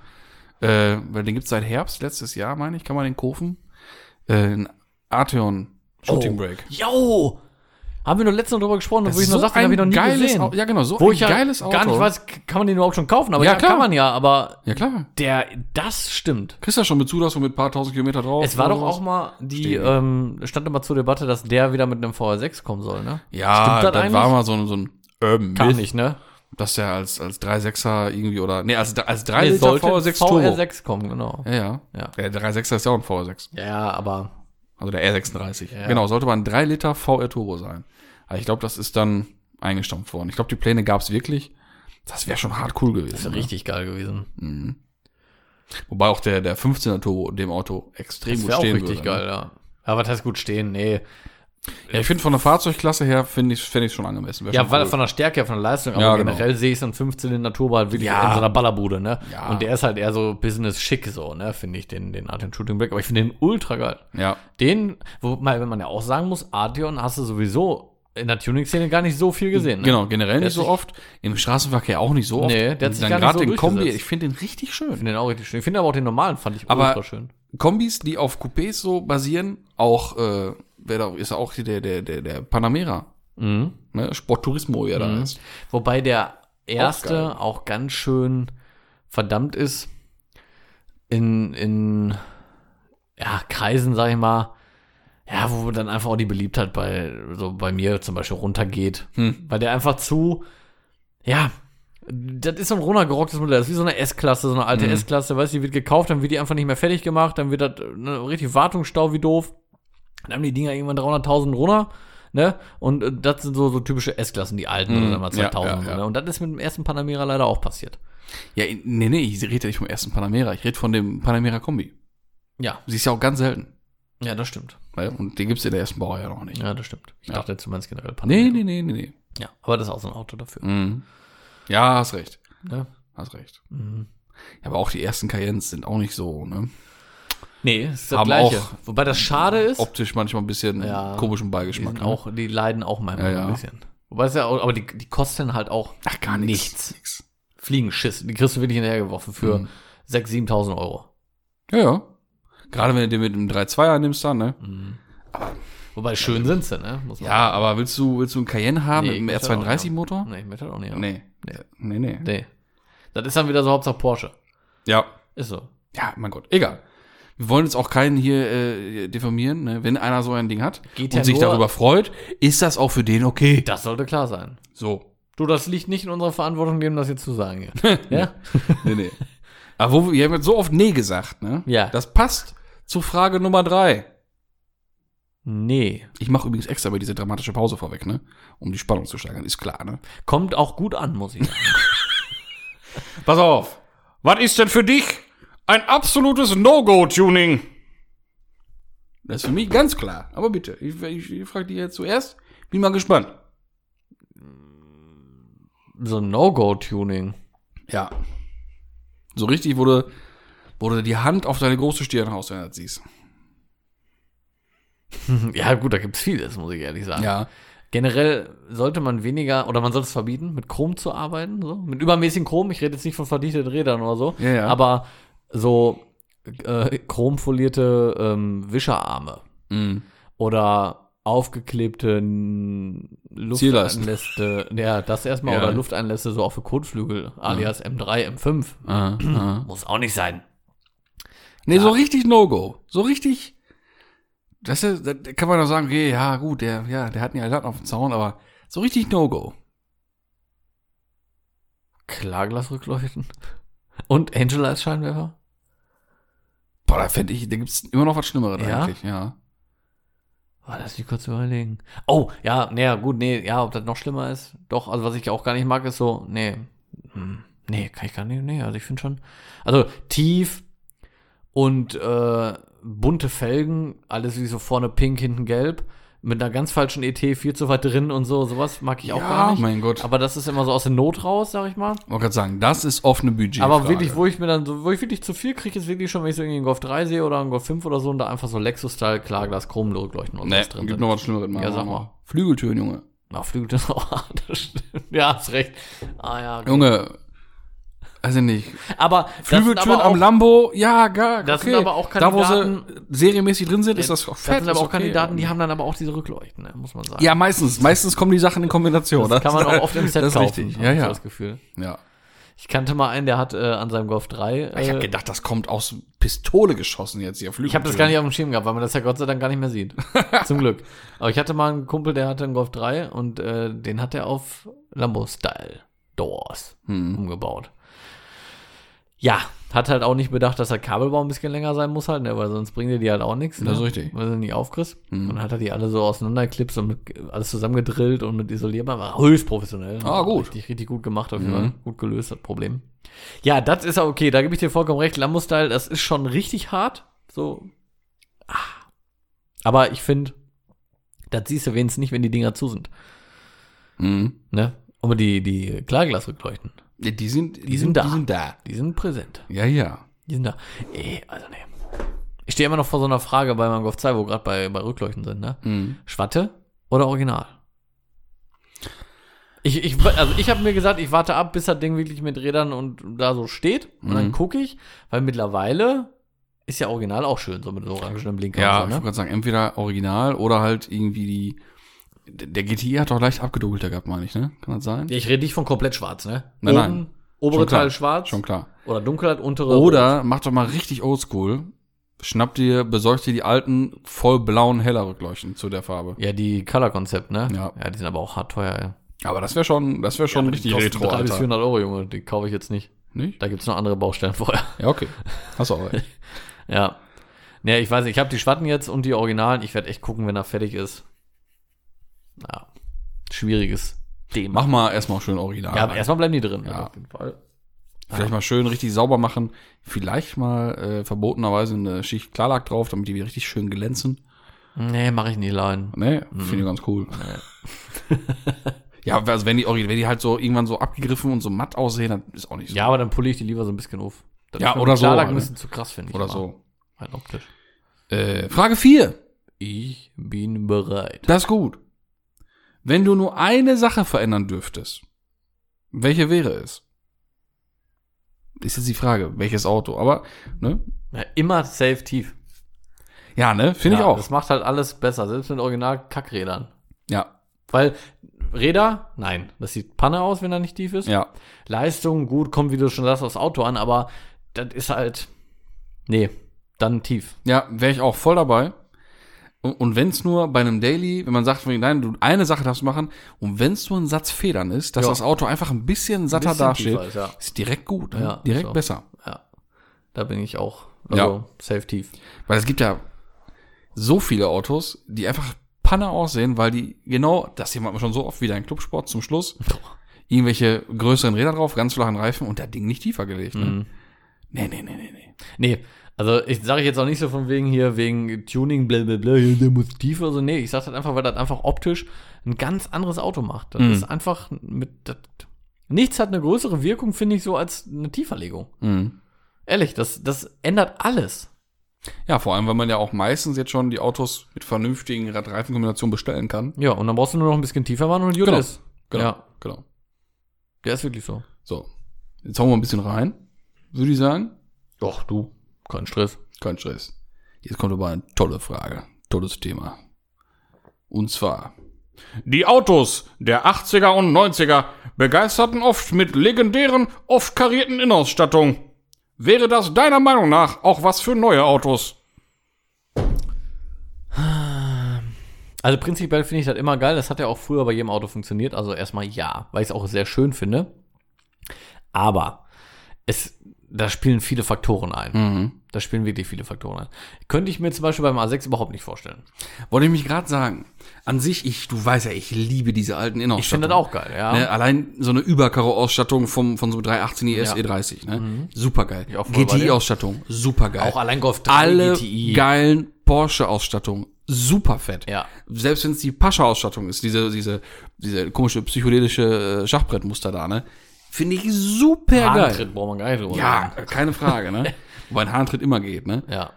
[SPEAKER 3] Äh, weil den gibt's seit Herbst, letztes Jahr, meine ich, kann man den kaufen. Äh, ein Arteon Shooting
[SPEAKER 2] Oh.
[SPEAKER 3] Break.
[SPEAKER 2] Yo! Haben wir nur letztens drüber gesprochen, wo
[SPEAKER 3] ist
[SPEAKER 2] ich noch
[SPEAKER 3] so
[SPEAKER 2] sagte, den habe ich noch nie
[SPEAKER 3] geiles
[SPEAKER 2] gesehen.
[SPEAKER 3] Au- ja, genau, so
[SPEAKER 2] wo
[SPEAKER 3] ein
[SPEAKER 2] ich ja
[SPEAKER 3] geiles
[SPEAKER 2] gar
[SPEAKER 3] Auto.
[SPEAKER 2] nicht weiß, k- kann man den überhaupt schon kaufen, aber
[SPEAKER 3] Ja,
[SPEAKER 2] ja,
[SPEAKER 3] klar.
[SPEAKER 2] kann man ja, aber
[SPEAKER 3] Ja, klar.
[SPEAKER 2] der, das stimmt.
[SPEAKER 3] Kriegst du ja schon mit Zulassung mit ein paar tausend Kilometer drauf.
[SPEAKER 2] Es war
[SPEAKER 3] oder
[SPEAKER 2] doch
[SPEAKER 3] sowas.
[SPEAKER 2] auch mal die,
[SPEAKER 3] Stehen.
[SPEAKER 2] ähm, stand immer zur Debatte, dass der wieder mit einem VR6 kommen soll, ne?
[SPEAKER 3] Ja,
[SPEAKER 2] Stimmt das
[SPEAKER 3] das,
[SPEAKER 2] eigentlich?
[SPEAKER 3] war mal so ein, so ein Urban
[SPEAKER 2] Kann
[SPEAKER 3] Myth,
[SPEAKER 2] nicht, ne?
[SPEAKER 3] dass der als, als 3.6er irgendwie oder, nee, als, als 3
[SPEAKER 2] Nee,
[SPEAKER 3] Liter
[SPEAKER 2] sollte
[SPEAKER 3] V6
[SPEAKER 2] VR6
[SPEAKER 3] Turbo.
[SPEAKER 2] kommen, genau.
[SPEAKER 3] Ja, ja.
[SPEAKER 2] Ja.
[SPEAKER 3] Der 3.6er ist ja auch ein VR6.
[SPEAKER 2] Ja, aber
[SPEAKER 3] Also der R36. Genau, sollte mal ein 3 Liter VR Turbo sein. Aber ich glaube, das ist dann eingestampft worden. Ich glaube, die Pläne gab's wirklich. Das wäre schon hart cool
[SPEAKER 2] Das ist
[SPEAKER 3] gewesen.
[SPEAKER 2] richtig geil gewesen.
[SPEAKER 3] Wobei auch der, der 15er Turbo dem Auto extrem
[SPEAKER 2] Das
[SPEAKER 3] gut
[SPEAKER 2] wäre auch
[SPEAKER 3] stehen
[SPEAKER 2] richtig
[SPEAKER 3] würde.
[SPEAKER 2] geil, ja. Aber das heißt gut stehen, nee.
[SPEAKER 3] Ne? Ja, ich finde von der Fahrzeugklasse her finde ich finde ich schon angemessen. Wär
[SPEAKER 2] Ja,
[SPEAKER 3] schon
[SPEAKER 2] weil
[SPEAKER 3] cool.
[SPEAKER 2] von der Stärke, her, von der Leistung, aber
[SPEAKER 3] Ja, genau.
[SPEAKER 2] generell sehe ich so einen 15er Turbo halt wirklich
[SPEAKER 3] Ja.
[SPEAKER 2] in so einer Ballerbude, ne?
[SPEAKER 3] Ja.
[SPEAKER 2] Und der ist halt eher so business schick so, ne? Finde ich den den Arteon Shooting Black, aber ich finde den ultra geil.
[SPEAKER 3] ja.
[SPEAKER 2] Den, wobei wenn man ja auch sagen muss, Arteon hast du sowieso in der Tuning Szene gar nicht so viel gesehen, ne?
[SPEAKER 3] Genau, generell
[SPEAKER 2] hat
[SPEAKER 3] nicht so
[SPEAKER 2] sich-
[SPEAKER 3] oft. Im Straßenverkehr auch nicht so oft.
[SPEAKER 2] Nee, der hat sich
[SPEAKER 3] Dann
[SPEAKER 2] gar nicht
[SPEAKER 3] gerade
[SPEAKER 2] so
[SPEAKER 3] den Kombi,
[SPEAKER 2] durchgesetzt.
[SPEAKER 3] ich finde den richtig schön.
[SPEAKER 2] Ich finde den auch richtig schön. Ich finde aber auch den normalen fand ich
[SPEAKER 3] Aber-
[SPEAKER 2] ultra schön.
[SPEAKER 3] Kombis, die auf Coupés so basieren, auch, äh, wer da ist auch hier der, der, der, der Panamera.
[SPEAKER 2] Mhm.
[SPEAKER 3] Ne? Sportturismo, wie er da ist.
[SPEAKER 2] Wobei der
[SPEAKER 3] geil.
[SPEAKER 2] erste auch, ganz schön verdammt ist in, in ja, Kreisen, sag ich mal, ja, wo dann einfach auch die Beliebtheit bei, so bei mir zum Beispiel runtergeht.
[SPEAKER 3] Hm.
[SPEAKER 2] Weil der einfach zu, ja, das ist so ein runtergerocktes Modell, das ist wie so eine S-Klasse, so eine alte
[SPEAKER 3] Hm.
[SPEAKER 2] S-Klasse, weißt du, die wird gekauft, dann wird die einfach nicht mehr fertig gemacht, dann wird das äh, ne, richtig Wartungsstau wie doof. Dann haben die Dinger irgendwann 300.000 runter, ne? Und äh, das sind so, so typische S-Klassen, die alten,
[SPEAKER 3] Mhm.
[SPEAKER 2] oder dann mal
[SPEAKER 3] Ja,
[SPEAKER 2] 2000
[SPEAKER 3] ja,
[SPEAKER 2] und so,
[SPEAKER 3] ja.
[SPEAKER 2] ne? Und das ist mit dem ersten Panamera leider auch passiert.
[SPEAKER 3] Ja, in- nee, nee, ich rede ja nicht vom ersten Panamera, ich rede von dem Panamera Kombi.
[SPEAKER 2] Ja,
[SPEAKER 3] Sie ist ja auch ganz selten.
[SPEAKER 2] ja, das stimmt.
[SPEAKER 3] Ne? Und den gibt's in der ersten Bauer ja noch nicht.
[SPEAKER 2] Ja, das stimmt. Ich
[SPEAKER 3] Ja.
[SPEAKER 2] dachte, du meinst generell
[SPEAKER 3] Nee, nee, nee, nee, nee.
[SPEAKER 2] Ja, aber das ist auch so ein Auto dafür.
[SPEAKER 3] Mhm. Ja, hast recht.
[SPEAKER 2] Ne?
[SPEAKER 3] Hast recht.
[SPEAKER 2] Mhm.
[SPEAKER 3] Ja, aber auch die ersten Cayennes sind auch nicht so, ne?
[SPEAKER 2] Nee, es ist das
[SPEAKER 3] Haben
[SPEAKER 2] Gleiche.
[SPEAKER 3] auch-
[SPEAKER 2] Wobei das schade ist.
[SPEAKER 3] Optisch manchmal ein bisschen
[SPEAKER 2] Ja.
[SPEAKER 3] komischen
[SPEAKER 2] Die,
[SPEAKER 3] Beigeschmack.
[SPEAKER 2] sind
[SPEAKER 3] ne?
[SPEAKER 2] auch, die leiden auch manchmal
[SPEAKER 3] Ja, ja.
[SPEAKER 2] ein bisschen. Wobei es ja auch, aber die, die kosten halt auch
[SPEAKER 3] Ach, gar nichts. nichts.
[SPEAKER 2] Fliegenschiss. Die kriegst du wirklich hinterhergeworfen für
[SPEAKER 3] Mhm.
[SPEAKER 2] 6.000, 7.000 Euro.
[SPEAKER 3] Ja, ja. Gerade wenn du den mit einem 3-2er nimmst dann, ne?
[SPEAKER 2] Wobei schön sind sie, ne? Muss man
[SPEAKER 3] Ja, aber willst du, willst du einen Cayenne haben
[SPEAKER 2] Nee,
[SPEAKER 3] mit
[SPEAKER 2] ich
[SPEAKER 3] einem R32
[SPEAKER 2] sagen.
[SPEAKER 3] Motor?
[SPEAKER 2] Nee, ich möchte das auch nicht. haben.
[SPEAKER 3] Nee.
[SPEAKER 2] Nee.
[SPEAKER 3] Nee, nee.
[SPEAKER 2] nee. Das ist dann wieder so Hauptsache Porsche.
[SPEAKER 3] Ja.
[SPEAKER 2] Ist so.
[SPEAKER 3] Ja, mein Gott. Egal. Wir wollen jetzt auch keinen hier äh, diffamieren, ne? Wenn einer so ein Ding hat
[SPEAKER 2] Geht
[SPEAKER 3] und
[SPEAKER 2] ja
[SPEAKER 3] sich
[SPEAKER 2] nur-
[SPEAKER 3] darüber freut, ist das auch für den okay.
[SPEAKER 2] Das sollte klar sein.
[SPEAKER 3] So.
[SPEAKER 2] Du, das liegt nicht in unserer Verantwortung, dem das jetzt zu sagen. hier. ja?
[SPEAKER 3] Nee, nee. Aber wo, wir wir haben jetzt so oft Nee gesagt, ne?
[SPEAKER 2] Ja.
[SPEAKER 3] Das passt zu Frage Nummer drei.
[SPEAKER 2] Nee.
[SPEAKER 3] Ich mache übrigens extra bei diese dramatische Pause vorweg, ne? Um die Spannung zu steigern, ist klar, ne?
[SPEAKER 2] Kommt auch gut an, muss ich sagen.
[SPEAKER 1] Pass auf. Was ist denn für dich ein absolutes No-Go-Tuning?
[SPEAKER 3] Das ist für mich ganz klar. Aber bitte, ich, ich, ich frage dich jetzt zuerst. Bin mal gespannt.
[SPEAKER 2] so ein No-Go-Tuning.
[SPEAKER 3] Ja. So richtig wurde, wurde die Hand auf deine große Stirn haust, wenn du das siehst.
[SPEAKER 2] Ja, gut, da gibt's vieles, muss ich ehrlich sagen.
[SPEAKER 3] Ja.
[SPEAKER 2] Generell sollte man weniger, oder man sollte es verbieten, mit Chrom zu arbeiten, so. Mit übermäßigem Chrom, ich rede jetzt nicht von verdichteten Rädern oder so,
[SPEAKER 3] Ja, ja.
[SPEAKER 2] aber so äh, chromfolierte ähm, Wischerarme
[SPEAKER 3] Mhm.
[SPEAKER 2] oder aufgeklebte n-
[SPEAKER 3] Zierleisten.
[SPEAKER 2] Lufteinlässe, ja, das erstmal,
[SPEAKER 3] Ja.
[SPEAKER 2] oder Lufteinlässe so auch für Kotflügel, alias M3, M5.
[SPEAKER 3] Aha, aha.
[SPEAKER 2] Muss auch nicht sein.
[SPEAKER 3] Nee, so richtig No-Go. So richtig. Das ist, da kann man doch sagen, okay, ja, gut, der, ja, der hat einen ja Latten auf dem Zaun, aber so richtig No-Go.
[SPEAKER 2] Klarglasrückleuchten. Und Angel als Scheinwerfer?
[SPEAKER 3] Boah, da fände ich, da gibt's immer noch was Schlimmeres
[SPEAKER 2] Ja?
[SPEAKER 3] eigentlich, ja.
[SPEAKER 2] Oh, lass mich kurz überlegen. Oh, ja, naja, gut, nee, ja, ob das noch schlimmer ist. Doch, also was ich auch gar nicht mag, ist so, nee, hm, nee, kann ich gar nicht, nee, also ich finde schon. Also tief und äh, bunte Felgen, alles wie so vorne pink, hinten gelb, mit einer ganz falschen ET viel zu weit drin und so, sowas mag ich auch gar nicht.
[SPEAKER 3] mein Gott.
[SPEAKER 2] Aber das ist immer so aus der Not raus, sag ich mal.
[SPEAKER 3] wollte gerade sagen, das ist offene Budget.
[SPEAKER 2] Aber wirklich, wo ich mir dann so, wo ich wirklich zu viel kriege, ist wirklich schon, wenn ich so irgendwie einen Golf 3 sehe oder einen Golf 5 oder so und da einfach so Lexus-Style, Klarglas, Chrom, Rückleuchten und
[SPEAKER 3] Nee,
[SPEAKER 2] was drin
[SPEAKER 3] gibt
[SPEAKER 2] sind.
[SPEAKER 3] noch was Schlimmeres.
[SPEAKER 2] Ja, sag mal.
[SPEAKER 3] Flügeltüren, Junge.
[SPEAKER 2] Na, Flügel ist auch hart, das stimmt. Ja, hast recht. Ah ja. okay.
[SPEAKER 3] Junge. Also nicht.
[SPEAKER 2] Aber das sind
[SPEAKER 3] Flügeltüren
[SPEAKER 2] aber
[SPEAKER 3] am
[SPEAKER 2] auch,
[SPEAKER 3] Lambo, ja, gar.
[SPEAKER 2] Das sind aber auch
[SPEAKER 3] Da, wo sie serienmäßig drin sind, ist das auch
[SPEAKER 2] das
[SPEAKER 3] fett.
[SPEAKER 2] sind aber
[SPEAKER 3] ist
[SPEAKER 2] auch
[SPEAKER 3] okay.
[SPEAKER 2] Kandidaten, die haben dann aber auch diese Rückleuchten, ne, muss man sagen.
[SPEAKER 3] Ja, meistens. Meistens kommen die Sachen in Kombination.
[SPEAKER 2] das kann man auch oft im Set
[SPEAKER 3] das ist
[SPEAKER 2] kaufen,
[SPEAKER 3] richtig.
[SPEAKER 2] hab
[SPEAKER 3] Ja,
[SPEAKER 2] ich so
[SPEAKER 3] ja.
[SPEAKER 2] das Gefühl.
[SPEAKER 3] ja.
[SPEAKER 2] Ich kannte mal einen, der hat äh, an seinem Golf 3 äh,
[SPEAKER 3] Ich habe gedacht, das kommt aus Pistole geschossen jetzt hier.
[SPEAKER 2] Ich habe das gar nicht auf dem Schirm gehabt, weil man das ja Gott sei Dank gar nicht mehr sieht. Zum Glück. Aber ich hatte mal einen Kumpel, der hatte einen Golf 3 und äh, den
[SPEAKER 3] Hm.
[SPEAKER 2] hat er auf Lambo Style Doors umgebaut. Ja, hat halt auch nicht bedacht, dass der Kabelbaum ein bisschen länger sein muss halt, ne? weil sonst bringen dir die halt auch nichts. Ne?
[SPEAKER 3] Das ist richtig. Hm.
[SPEAKER 2] Weil du die nicht aufkriegst. Und dann hat er die alle so auseinanderklipst und mit, alles zusammengedrillt und mit Isolierbar. War höchst professionell.
[SPEAKER 3] Ah, gut.
[SPEAKER 2] Richtig, richtig gut gemacht auf jeden Fall.
[SPEAKER 3] Mhm.
[SPEAKER 2] Gut gelöst, das Problem. Ja, das ist auch okay. Da gebe ich dir vollkommen recht. Lambo-Style, das ist schon richtig hart. So. Ah. Aber ich finde, das siehst du wenigstens nicht, wenn die Dinger zu sind.
[SPEAKER 3] Mhm.
[SPEAKER 2] Ne? Aber die, die Klarglasrückleuchten,
[SPEAKER 3] Ja, die sind, die,
[SPEAKER 2] sind da.
[SPEAKER 3] Die sind da.
[SPEAKER 2] die sind präsent.
[SPEAKER 3] Ja, ja.
[SPEAKER 2] Die sind da. Ey, also nee. Ich stehe immer noch vor so einer Frage bei meinem Golf 2, wo wir gerade bei, bei Rückleuchten sind, ne?
[SPEAKER 3] Mhm.
[SPEAKER 2] Schwatte oder Original? Ich, ich, also ich habe mir gesagt, ich warte ab, bis das Ding wirklich mit Rädern und da so steht. Und
[SPEAKER 3] Mhm.
[SPEAKER 2] dann gucke ich, weil mittlerweile ist ja Original auch schön, so mit so orangenem Blinker.
[SPEAKER 3] Ja,
[SPEAKER 2] und
[SPEAKER 3] ich wollte
[SPEAKER 2] so, ne?
[SPEAKER 3] gerade sagen, entweder original oder halt irgendwie die. Der der GTI hat doch leicht abgedunkelter gehabt, meine ich, ne? Kann das sein?
[SPEAKER 2] Ja, ich rede nicht von komplett schwarz, ne?
[SPEAKER 3] Nein, nein.
[SPEAKER 2] obere
[SPEAKER 3] Schon klar,
[SPEAKER 2] Teil schwarz
[SPEAKER 3] Schon klar.
[SPEAKER 2] oder dunkel, untere
[SPEAKER 3] Oder macht doch mal richtig oldschool. Schnappt dir, besorgt dir die alten, voll blauen heller Rückleuchten zu der Farbe.
[SPEAKER 2] Ja, die Color Concept, ne?
[SPEAKER 3] Ja.
[SPEAKER 2] Ja, die sind aber auch hart teuer, ey.
[SPEAKER 3] Aber das wäre schon, das wäre schon richtig retro,
[SPEAKER 2] 300 bis
[SPEAKER 3] Alter.
[SPEAKER 2] 400 Euro, Junge, die kaufe ich jetzt nicht.
[SPEAKER 3] Nicht?
[SPEAKER 2] Da gibt's noch andere Baustellen vorher.
[SPEAKER 3] Ja, okay. Hast du auch recht.
[SPEAKER 2] Ja. Ja, ich weiß nicht, ich habe die Schwatten jetzt und die Originalen. Ich werde echt gucken, wenn er fertig ist. Ja. Schwieriges Thema.
[SPEAKER 3] Mach mal erstmal schön original.
[SPEAKER 2] Ja, aber erstmal bleiben die drin.
[SPEAKER 3] Ja.
[SPEAKER 2] Auf jeden Fall.
[SPEAKER 3] Vielleicht mal schön richtig sauber machen. Vielleicht mal äh, verbotenerweise eine Schicht Klarlack drauf, damit die wieder richtig schön glänzen.
[SPEAKER 2] Nee, mache ich nie allein.
[SPEAKER 3] Ne?
[SPEAKER 2] Mhm.
[SPEAKER 3] Finde ich ganz cool. ja, also wenn die, Origi- wenn die halt so irgendwann so abgegriffen und so matt aussehen, dann ist auch nicht so.
[SPEAKER 2] Ja, aber dann pulle ich die lieber so ein bisschen auf. Das
[SPEAKER 3] Ja,
[SPEAKER 2] ist mir
[SPEAKER 3] oder
[SPEAKER 2] mit
[SPEAKER 3] so,
[SPEAKER 2] Klarlack ein
[SPEAKER 3] ne?
[SPEAKER 2] bisschen zu krass, finde ich.
[SPEAKER 3] Oder
[SPEAKER 2] immer.
[SPEAKER 3] so.
[SPEAKER 2] Halt optisch.
[SPEAKER 3] Äh, Frage 4.
[SPEAKER 2] Ich bin bereit.
[SPEAKER 3] Das ist gut. Wenn du nur eine Sache verändern dürftest, welche wäre es? Ist jetzt die Frage, welches Auto? Aber, ne?
[SPEAKER 2] Ja, immer safe tief.
[SPEAKER 3] Ja, ne? Finde
[SPEAKER 2] ja,
[SPEAKER 3] ich auch.
[SPEAKER 2] Das macht halt alles besser, selbst mit Original-Kackrädern.
[SPEAKER 3] Ja,
[SPEAKER 2] Weil Räder, nein, das sieht Panne aus, wenn er nicht tief ist.
[SPEAKER 3] ja.
[SPEAKER 2] Leistung, gut, kommt, wie du schon sagst, aufs Auto an, aber das ist halt. Nee, dann tief.
[SPEAKER 3] Ja, wäre ich auch voll dabei. Und, und wenn es nur bei einem Daily, wenn man sagt, nein, du eine Sache darfst du machen, und wenn es nur ein Satz Federn ist, dass
[SPEAKER 2] Ja.
[SPEAKER 3] das Auto einfach ein bisschen satter
[SPEAKER 2] bisschen
[SPEAKER 3] dasteht,
[SPEAKER 2] tiefer ist, ja.
[SPEAKER 3] ist direkt gut, ne?
[SPEAKER 2] Ja,
[SPEAKER 3] direkt
[SPEAKER 2] so.
[SPEAKER 3] besser.
[SPEAKER 2] Ja. Da bin ich auch. Also, safe tief.
[SPEAKER 3] Weil es gibt ja so viele Autos, die einfach Panne aussehen, weil die genau, das sieht man schon so oft wieder in Clubsport zum Schluss, irgendwelche größeren Räder drauf, ganz flachen Reifen und der Ding nicht tiefer gelegt. Ne?
[SPEAKER 2] Mhm.
[SPEAKER 3] Nee, nee, nee, nee, nee.
[SPEAKER 2] Nee, also ich sage jetzt auch nicht so von wegen hier, wegen Tuning, blablabla, ja, der muss tief oder so. Nee, ich sage das einfach, weil das einfach optisch ein ganz anderes Auto macht.
[SPEAKER 3] Mhm.
[SPEAKER 2] Das ist einfach mit. Das, nichts hat eine größere Wirkung, finde ich, so als eine Tieferlegung.
[SPEAKER 3] Mhm.
[SPEAKER 2] Ehrlich, das, das ändert alles.
[SPEAKER 3] Ja, vor allem, weil man ja auch meistens jetzt schon die Autos mit vernünftigen Radreifenkombinationen bestellen kann.
[SPEAKER 2] Ja, und dann brauchst du nur noch ein bisschen tiefer machen und gut
[SPEAKER 3] Genau.
[SPEAKER 2] ist.
[SPEAKER 3] Genau,
[SPEAKER 2] Ja.
[SPEAKER 3] genau.
[SPEAKER 2] Der ist wirklich so.
[SPEAKER 3] So, jetzt hauen wir ein bisschen rein, würde ich sagen.
[SPEAKER 2] Doch, du. Kein Stress.
[SPEAKER 3] Kein Stress. Jetzt kommt aber eine tolle Frage, tolles Thema. Und zwar,
[SPEAKER 1] Die Autos der 80er und 90er begeisterten oft mit legendären, oft karierten Innenausstattung. Wäre das deiner Meinung nach auch was für neue Autos?
[SPEAKER 2] Also prinzipiell finde ich das immer geil. Das hat ja auch früher bei jedem Auto funktioniert. Also erstmal ja, weil ich es auch sehr schön finde. Aber es, da spielen viele Faktoren ein.
[SPEAKER 3] Mhm.
[SPEAKER 2] Da spielen wirklich viele Faktoren ein. Könnte ich mir zum Beispiel beim A6 überhaupt nicht vorstellen.
[SPEAKER 3] Wollte ich mich gerade sagen. An sich, ich, du weißt ja, ich liebe diese alten Innenausstattungen.
[SPEAKER 2] Ich finde das auch geil, ja.
[SPEAKER 3] Ne, allein so eine Überkaro-Ausstattung vom, von so einem 318 IS
[SPEAKER 2] Ja. Mhm.
[SPEAKER 3] E30, ne? Supergeil.
[SPEAKER 2] auch voll bei dir.
[SPEAKER 3] GTI-Ausstattung, supergeil.
[SPEAKER 2] Auch allein Golf 3
[SPEAKER 3] Alle
[SPEAKER 2] GTI.
[SPEAKER 3] geilen Porsche-Ausstattung, superfett.
[SPEAKER 2] Ja.
[SPEAKER 3] Selbst wenn es die Pascha-Ausstattung ist, diese, diese, diese komische psychedelische äh, Schachbrettmuster da, ne? Finde ich super geil.
[SPEAKER 2] Antritt braucht man gar nicht drüber
[SPEAKER 3] Ja,
[SPEAKER 2] reden.
[SPEAKER 3] keine Frage, ne? Wobei ein Hahntritt immer geht, ne?
[SPEAKER 2] Ja.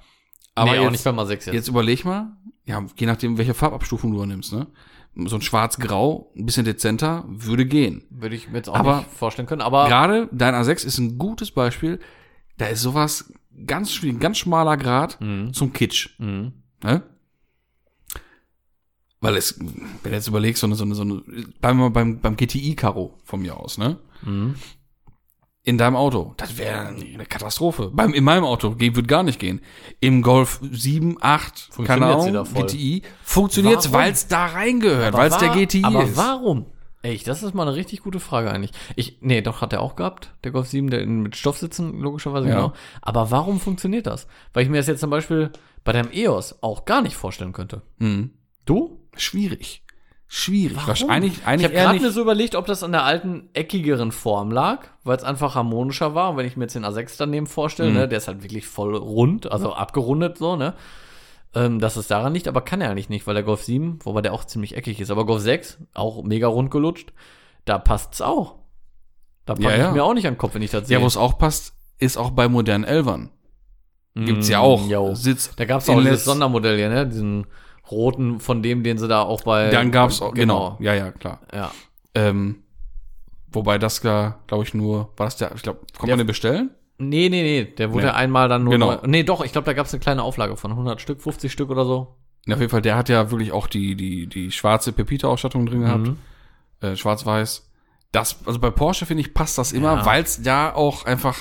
[SPEAKER 3] Aber
[SPEAKER 2] nee, auch
[SPEAKER 3] jetzt-
[SPEAKER 2] nicht beim A6 jetzt.
[SPEAKER 3] Jetzt überleg mal, ja, je nachdem, welche Farbabstufung du nimmst, ne? So ein schwarz-grau, ein bisschen dezenter, würde gehen.
[SPEAKER 2] Würde ich mir jetzt auch
[SPEAKER 3] Aber-
[SPEAKER 2] nicht vorstellen können. Aber
[SPEAKER 3] Gerade dein A6 ist ein gutes Beispiel. Da ist sowas ganz schwierig, ein ganz schmaler Grad
[SPEAKER 2] Mhm.
[SPEAKER 3] zum Kitsch. Ne? Weil es, wenn du jetzt überlegst, so eine, so eine, so eine bleiben wir mal beim, beim GTI-Karo von mir aus, ne?
[SPEAKER 2] Mhm.
[SPEAKER 3] In deinem Auto. Das wäre eine Katastrophe. Beim, in meinem Auto geht, wird gar nicht gehen. Im Golf 7, 8, keine
[SPEAKER 2] Funktioniert's
[SPEAKER 3] Ahnung,
[SPEAKER 2] wieder voll.
[SPEAKER 3] GTI, funktioniert
[SPEAKER 2] Warum?
[SPEAKER 3] weil es da reingehört, weil es der
[SPEAKER 2] wa-
[SPEAKER 3] GTI
[SPEAKER 2] aber
[SPEAKER 3] ist.
[SPEAKER 2] warum? Echt, das ist mal eine richtig gute Frage eigentlich. Ich, nee, doch hat er auch gehabt, der Golf 7, der in- mit Stoffsitzen, logischerweise,
[SPEAKER 3] Ja.
[SPEAKER 2] genau. Aber warum funktioniert das? Weil ich mir das jetzt zum Beispiel bei deinem EOS auch gar nicht vorstellen könnte.
[SPEAKER 3] Mhm.
[SPEAKER 2] Du?
[SPEAKER 3] Schwierig. Schwierig. Wahrscheinlich,
[SPEAKER 2] Ich
[SPEAKER 3] eigentlich
[SPEAKER 2] habe
[SPEAKER 3] eher
[SPEAKER 2] gerade
[SPEAKER 3] nicht.
[SPEAKER 2] mir so überlegt, ob das an der alten, eckigeren Form lag, weil es einfach harmonischer war. Und wenn ich mir jetzt den A6 daneben vorstelle,
[SPEAKER 3] Mhm.
[SPEAKER 2] ne, der ist halt wirklich voll rund, also abgerundet so, ne? Ähm, dass es daran liegt, aber kann er eigentlich nicht, weil der Golf 7, wobei der auch ziemlich eckig ist, aber Golf 6, auch mega rund gelutscht, da passt's auch. Da packe
[SPEAKER 3] Ja, ja.
[SPEAKER 2] ich mir auch nicht an den Kopf, wenn ich das sehe.
[SPEAKER 3] Ja, wo es auch passt, ist auch bei modernen Elvern. Gibt's ja
[SPEAKER 2] Mm,
[SPEAKER 3] auch.
[SPEAKER 2] jo.
[SPEAKER 3] Sitz.
[SPEAKER 2] Da gab's auch dieses
[SPEAKER 3] Inlets.
[SPEAKER 2] Sondermodell hier, ne? Diesen roten von dem, den sie da auch bei.
[SPEAKER 3] Dann gab's auch, genau. Ja, ja, klar.
[SPEAKER 2] Ja.
[SPEAKER 3] Ähm, wobei das da, glaube ich, nur, war das der, ich glaube, kann
[SPEAKER 2] Ja.
[SPEAKER 3] man den bestellen?
[SPEAKER 2] Nee, nee, nee. Der wurde
[SPEAKER 3] Nee.
[SPEAKER 2] ja einmal dann nur.
[SPEAKER 3] Genau.
[SPEAKER 2] neu- Nee, doch, ich glaube, da gab es eine kleine Auflage von 100 Stück, 50 Stück oder so.
[SPEAKER 3] Ja, auf jeden Fall, der hat ja wirklich auch die, die, die schwarze Pepita-Ausstattung drin gehabt. Äh, Schwarz-Weiß. Das, also bei Porsche, finde ich, passt das immer,
[SPEAKER 2] Ja.
[SPEAKER 3] weil es ja auch einfach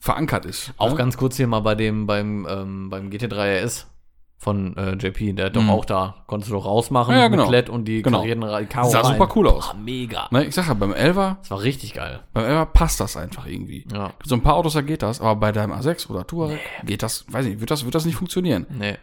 [SPEAKER 3] verankert ist.
[SPEAKER 2] Auch
[SPEAKER 3] ne?
[SPEAKER 2] ganz kurz hier mal bei dem, beim, ähm, beim GT3 RS von äh, JP. Der hat doch
[SPEAKER 3] Mhm.
[SPEAKER 2] auch da, konntest du doch rausmachen,
[SPEAKER 3] Ja, ja,
[SPEAKER 2] mit
[SPEAKER 3] genau.
[SPEAKER 2] LED und die
[SPEAKER 3] Genau.
[SPEAKER 2] karierten Ra- die Karo
[SPEAKER 3] Sah
[SPEAKER 2] rein.
[SPEAKER 3] super cool aus.
[SPEAKER 2] Ah, mega.
[SPEAKER 3] Ne, ich sag ja, beim Elver,
[SPEAKER 2] Das war richtig geil.
[SPEAKER 3] beim Elver passt das einfach irgendwie.
[SPEAKER 2] Ja.
[SPEAKER 3] So ein paar Autos, da geht das, aber bei deinem A6 oder Touareg geht das, weiß nicht, wird das, wird das nicht funktionieren.
[SPEAKER 2] Nee.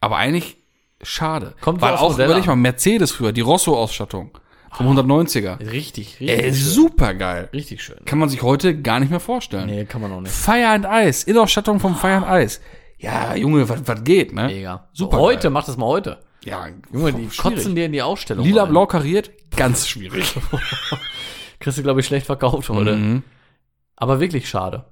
[SPEAKER 3] Aber eigentlich schade.
[SPEAKER 2] Kommt so
[SPEAKER 3] Weil
[SPEAKER 2] aufs
[SPEAKER 3] auch,
[SPEAKER 2] Modell
[SPEAKER 3] überleg mal,
[SPEAKER 2] an.
[SPEAKER 3] Mercedes früher, die Rosso-Ausstattung vom 190er.
[SPEAKER 2] Richtig,
[SPEAKER 3] Ey,
[SPEAKER 2] richtig. schön.
[SPEAKER 3] super geil.
[SPEAKER 2] richtig schön.
[SPEAKER 3] Kann man sich heute gar nicht mehr vorstellen.
[SPEAKER 2] Nee, kann man auch nicht.
[SPEAKER 3] Fire and Ice, Innenausstattung vom Fire and Ice. Ja, Junge, was was geht, ne?
[SPEAKER 2] Mega.
[SPEAKER 3] Super
[SPEAKER 2] Heute,
[SPEAKER 3] geil.
[SPEAKER 2] mach das mal heute.
[SPEAKER 3] Ja,
[SPEAKER 2] Junge, die
[SPEAKER 3] schwierig.
[SPEAKER 2] kotzen dir in die Ausstellung.
[SPEAKER 3] Lila
[SPEAKER 2] rein.
[SPEAKER 3] blau kariert, ganz schwierig.
[SPEAKER 2] Kriegst du, glaube ich, schlecht
[SPEAKER 3] Mhm.
[SPEAKER 2] verkauft heute. Aber wirklich schade.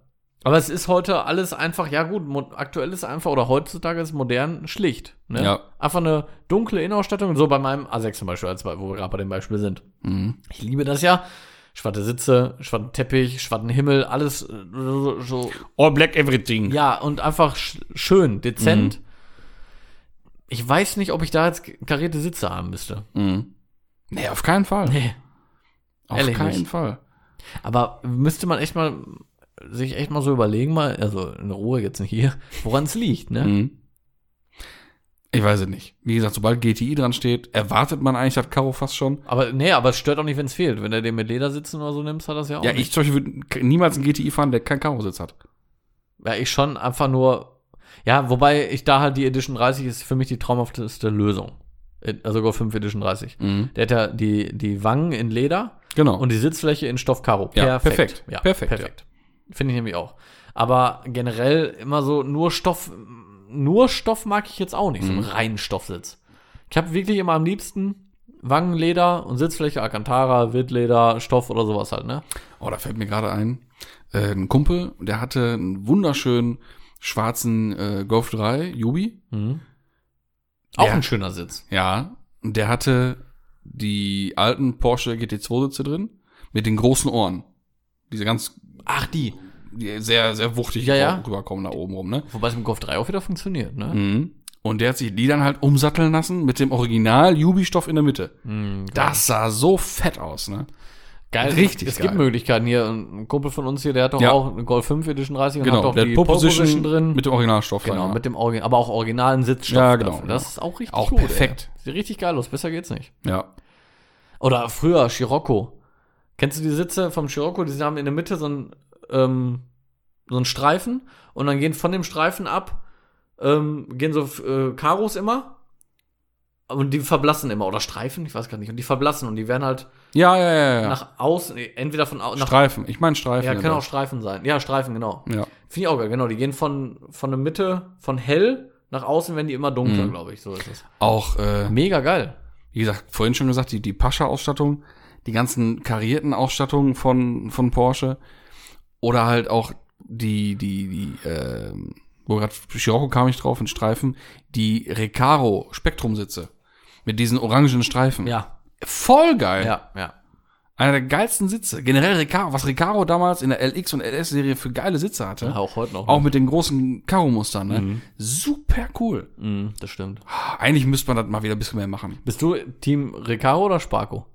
[SPEAKER 2] Aber es ist heute alles einfach, ja gut, mo- aktuell ist einfach, oder heutzutage ist modern schlicht. Ne?
[SPEAKER 3] Ja.
[SPEAKER 2] Einfach eine dunkle Innenausstattung, so bei meinem A6 zum Beispiel, als bei, wo wir gerade bei dem Beispiel sind.
[SPEAKER 3] Mhm.
[SPEAKER 2] Ich liebe das ja. Schwarze Sitze, schwarzen Teppich, schwarzen Himmel, alles äh, so, so
[SPEAKER 1] All black everything. Mhm.
[SPEAKER 2] ja, und einfach sch schön, dezent. Ich weiß nicht, ob ich da jetzt karierte Sitze haben müsste.
[SPEAKER 3] Mhm. nee, auf keinen Fall.
[SPEAKER 2] Nee.
[SPEAKER 3] auf
[SPEAKER 2] ehrlich
[SPEAKER 3] keinen
[SPEAKER 2] nicht.
[SPEAKER 3] Fall.
[SPEAKER 2] Aber müsste man echt mal sich echt mal so überlegen, mal, also in Ruhe jetzt nicht hier, woran es liegt, ne?
[SPEAKER 3] Mhm. Ich weiß es nicht. Wie gesagt, sobald GTI dran steht, erwartet man eigentlich das Karo fast schon.
[SPEAKER 2] Aber nee, aber es stört auch nicht, wenn es fehlt. Wenn du den mit Ledersitzen oder so nimmst, hat das ja auch
[SPEAKER 3] Ja,
[SPEAKER 2] nicht.
[SPEAKER 3] ich zum Beispiel würde niemals einen GTI fahren, der keinen Karositz hat.
[SPEAKER 2] Ja, ich schon einfach nur. Ja, wobei ich da halt die Edition 30 ist für mich die traumhafteste Lösung. In- Also Go 5 Edition 30. Der hat ja die, die Wangen in Leder
[SPEAKER 3] Genau.
[SPEAKER 2] Mhm. und die Sitzfläche in Stoffkaro.
[SPEAKER 3] Ja, perfekt.
[SPEAKER 2] Ja, perfekt.
[SPEAKER 3] Perfekt,
[SPEAKER 2] Finde ich nämlich auch. Aber generell immer so nur Stoff, nur Stoff mag ich jetzt auch nicht, so
[SPEAKER 3] Mhm.
[SPEAKER 2] einen reinen Stoffsitz. Ich habe wirklich immer am liebsten Wangenleder und Sitzfläche, Alcantara, Wildleder, Stoff oder sowas halt, ne?
[SPEAKER 3] Oh, da fällt mir gerade ein. Äh, ein Kumpel, der hatte einen wunderschönen schwarzen äh, Golf 3 Jubi.
[SPEAKER 2] Mhm. Auch
[SPEAKER 3] Ja.
[SPEAKER 2] ein schöner Sitz.
[SPEAKER 3] Ja. Und der hatte die alten Porsche GT2-Sitze drin mit den großen Ohren. Diese ganz
[SPEAKER 2] Ach, die.
[SPEAKER 3] die sehr, sehr wuchtig
[SPEAKER 2] Ja, ja.
[SPEAKER 3] rüberkommen da oben rum, ne?
[SPEAKER 2] Wobei es mit dem Golf 3 auch wieder funktioniert, ne?
[SPEAKER 3] Mhm. Und der hat sich die dann halt umsatteln lassen mit dem Original Jubi-Stoff in der Mitte.
[SPEAKER 2] Mhm,
[SPEAKER 3] Das sah so fett aus, ne?
[SPEAKER 2] geil.
[SPEAKER 3] richtig
[SPEAKER 2] Es
[SPEAKER 3] geil.
[SPEAKER 2] gibt Möglichkeiten hier. Ein Kumpel von uns hier, der hat doch
[SPEAKER 3] Ja. Genau.
[SPEAKER 2] auch eine Golf 5 Edition 30 und hat Genau, doch
[SPEAKER 3] der
[SPEAKER 2] die
[SPEAKER 3] hat Pole Position
[SPEAKER 2] drin.
[SPEAKER 3] mit dem Originalstoff.
[SPEAKER 2] genau,
[SPEAKER 3] ja.
[SPEAKER 2] mit dem Origin, aber auch originalen Sitzstoff.
[SPEAKER 3] Ja, genau,
[SPEAKER 2] dafür. Das ist auch richtig
[SPEAKER 3] Auch
[SPEAKER 2] ey.
[SPEAKER 3] perfekt.
[SPEAKER 2] Sieht richtig geil aus. Besser geht's nicht.
[SPEAKER 3] ja.
[SPEAKER 2] Oder früher Scirocco. Kennst du die Sitze vom Scirocco? Die haben in der Mitte so einen, ähm, so einen Streifen und dann gehen von dem Streifen ab, ähm, gehen so äh, Karos immer und die verblassen immer. Oder Streifen, ich weiß gar nicht. Und die verblassen und die werden halt
[SPEAKER 3] Ja, ja, ja, ja.
[SPEAKER 2] nach außen, nee, entweder von au- nach
[SPEAKER 3] Streifen. Ich meine Streifen.
[SPEAKER 2] Ja, genau. können
[SPEAKER 3] ja.
[SPEAKER 2] auch Streifen sein. Ja, Streifen, genau.
[SPEAKER 3] Ja.
[SPEAKER 2] Finde ich auch geil, genau. Die gehen von, von der Mitte, von hell nach außen, werden die immer dunkler,
[SPEAKER 3] Mhm.
[SPEAKER 2] glaube ich. So ist es.
[SPEAKER 3] Auch, äh,
[SPEAKER 2] Mega geil.
[SPEAKER 3] wie gesagt, vorhin schon gesagt, die, die Pascha-Ausstattung, die ganzen karierten Ausstattungen von, von Porsche oder halt auch die, die, die, äh, wo gerade Scirocco kam ich drauf, in Streifen, die Recaro Spektrumsitze mit diesen orangenen Streifen.
[SPEAKER 2] Ja,
[SPEAKER 3] Voll geil.
[SPEAKER 2] ja, ja.
[SPEAKER 3] Einer der geilsten Sitze. Generell Recaro, was Recaro damals in der LX und LS-Serie für geile Sitze hatte.
[SPEAKER 2] Auch Mhm. heute noch.
[SPEAKER 3] Auch mit den großen Karo-Mustern, ne? Super cool.
[SPEAKER 2] Mhm, das stimmt.
[SPEAKER 3] Eigentlich müsste man das mal wieder ein bisschen mehr machen.
[SPEAKER 2] Bist du Team Recaro oder Sparko?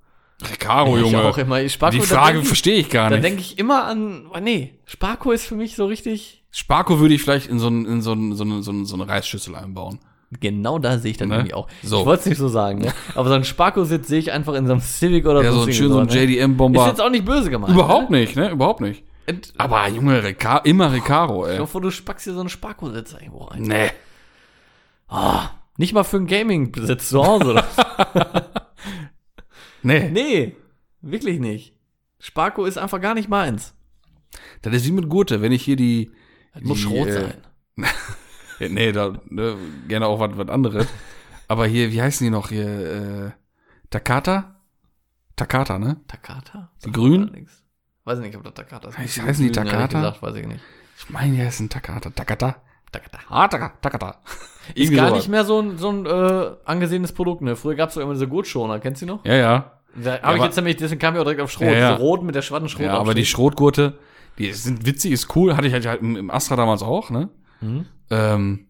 [SPEAKER 3] Recaro,
[SPEAKER 2] ich auch immer. Ich Sparko,
[SPEAKER 3] Oh, Die
[SPEAKER 2] da
[SPEAKER 3] Frage
[SPEAKER 2] denk ich-
[SPEAKER 3] verstehe ich gar
[SPEAKER 2] Da
[SPEAKER 3] nicht.
[SPEAKER 2] denke ich immer an, oh, nee, Sparko ist für mich so richtig,
[SPEAKER 3] Sparko würde ich vielleicht in so, einen- in so, einen- so, eine, so, eine, so eine Reisschüssel einbauen.
[SPEAKER 2] Genau da sehe ich dann
[SPEAKER 3] Ne?
[SPEAKER 2] nämlich auch.
[SPEAKER 3] So.
[SPEAKER 2] Ich wollte es nicht so sagen, ne? Aber so einen Sparko-Sitz sehe ich einfach in so einem Civic oder
[SPEAKER 3] Ja, so ein
[SPEAKER 2] sonstigen
[SPEAKER 3] schön so ein
[SPEAKER 2] ne? Ist
[SPEAKER 3] JDM-Bomber.
[SPEAKER 2] jetzt auch nicht böse gemeint.
[SPEAKER 3] Überhaupt nicht, ne? Überhaupt nicht.
[SPEAKER 2] nicht.
[SPEAKER 3] Aber Junge, Reca immer Recaro,
[SPEAKER 2] Ich
[SPEAKER 3] ey.
[SPEAKER 2] hoffe, ne? du spackst dir so einen Sparko-Sitz irgendwo rein.
[SPEAKER 3] Nee.
[SPEAKER 2] Ah, Nicht mal für einen Gaming-Sitz zu Hause. Oder? so.
[SPEAKER 3] Nee.
[SPEAKER 2] nee, wirklich nicht. Sparko ist einfach gar nicht meins.
[SPEAKER 3] Das ist wie mit Gurte, wenn ich hier die.
[SPEAKER 2] Das muss
[SPEAKER 3] die,
[SPEAKER 2] Schrot
[SPEAKER 3] äh,
[SPEAKER 2] sein.
[SPEAKER 3] Nee, da ne, gerne auch was, was anderes. Aber hier, wie heißen die noch hier? Äh, Takata? Takata, ne?
[SPEAKER 2] Takata?
[SPEAKER 3] Die Grünen?
[SPEAKER 2] Allerdings. Weiß nicht, ob das Takata ist.
[SPEAKER 3] Ich- heißen die
[SPEAKER 2] Grünen, ehrlich
[SPEAKER 3] Takata?
[SPEAKER 2] Gesagt, weiß ich nicht.
[SPEAKER 3] Ich meine, die heißen Takata. Takata.
[SPEAKER 2] Takata.
[SPEAKER 3] Ah, Takata. Takata.
[SPEAKER 2] Ist gar nicht mehr so ein, so ein äh, angesehenes Produkt, ne? Früher gab es doch immer diese Gurtschoner, kennst du die noch?
[SPEAKER 3] Ja, ja.
[SPEAKER 2] Da
[SPEAKER 3] aber-
[SPEAKER 2] habe ich jetzt nämlich, deswegen kam ich auch direkt auf Schrot.
[SPEAKER 3] Ja, ja.
[SPEAKER 2] So rot mit der schwarzen Schrot.
[SPEAKER 3] Ja, aber die Schrotgurte, die sind witzig, ist cool. Hatte ich halt im, im Astra damals auch, ne?
[SPEAKER 2] Mhm.
[SPEAKER 3] Ähm,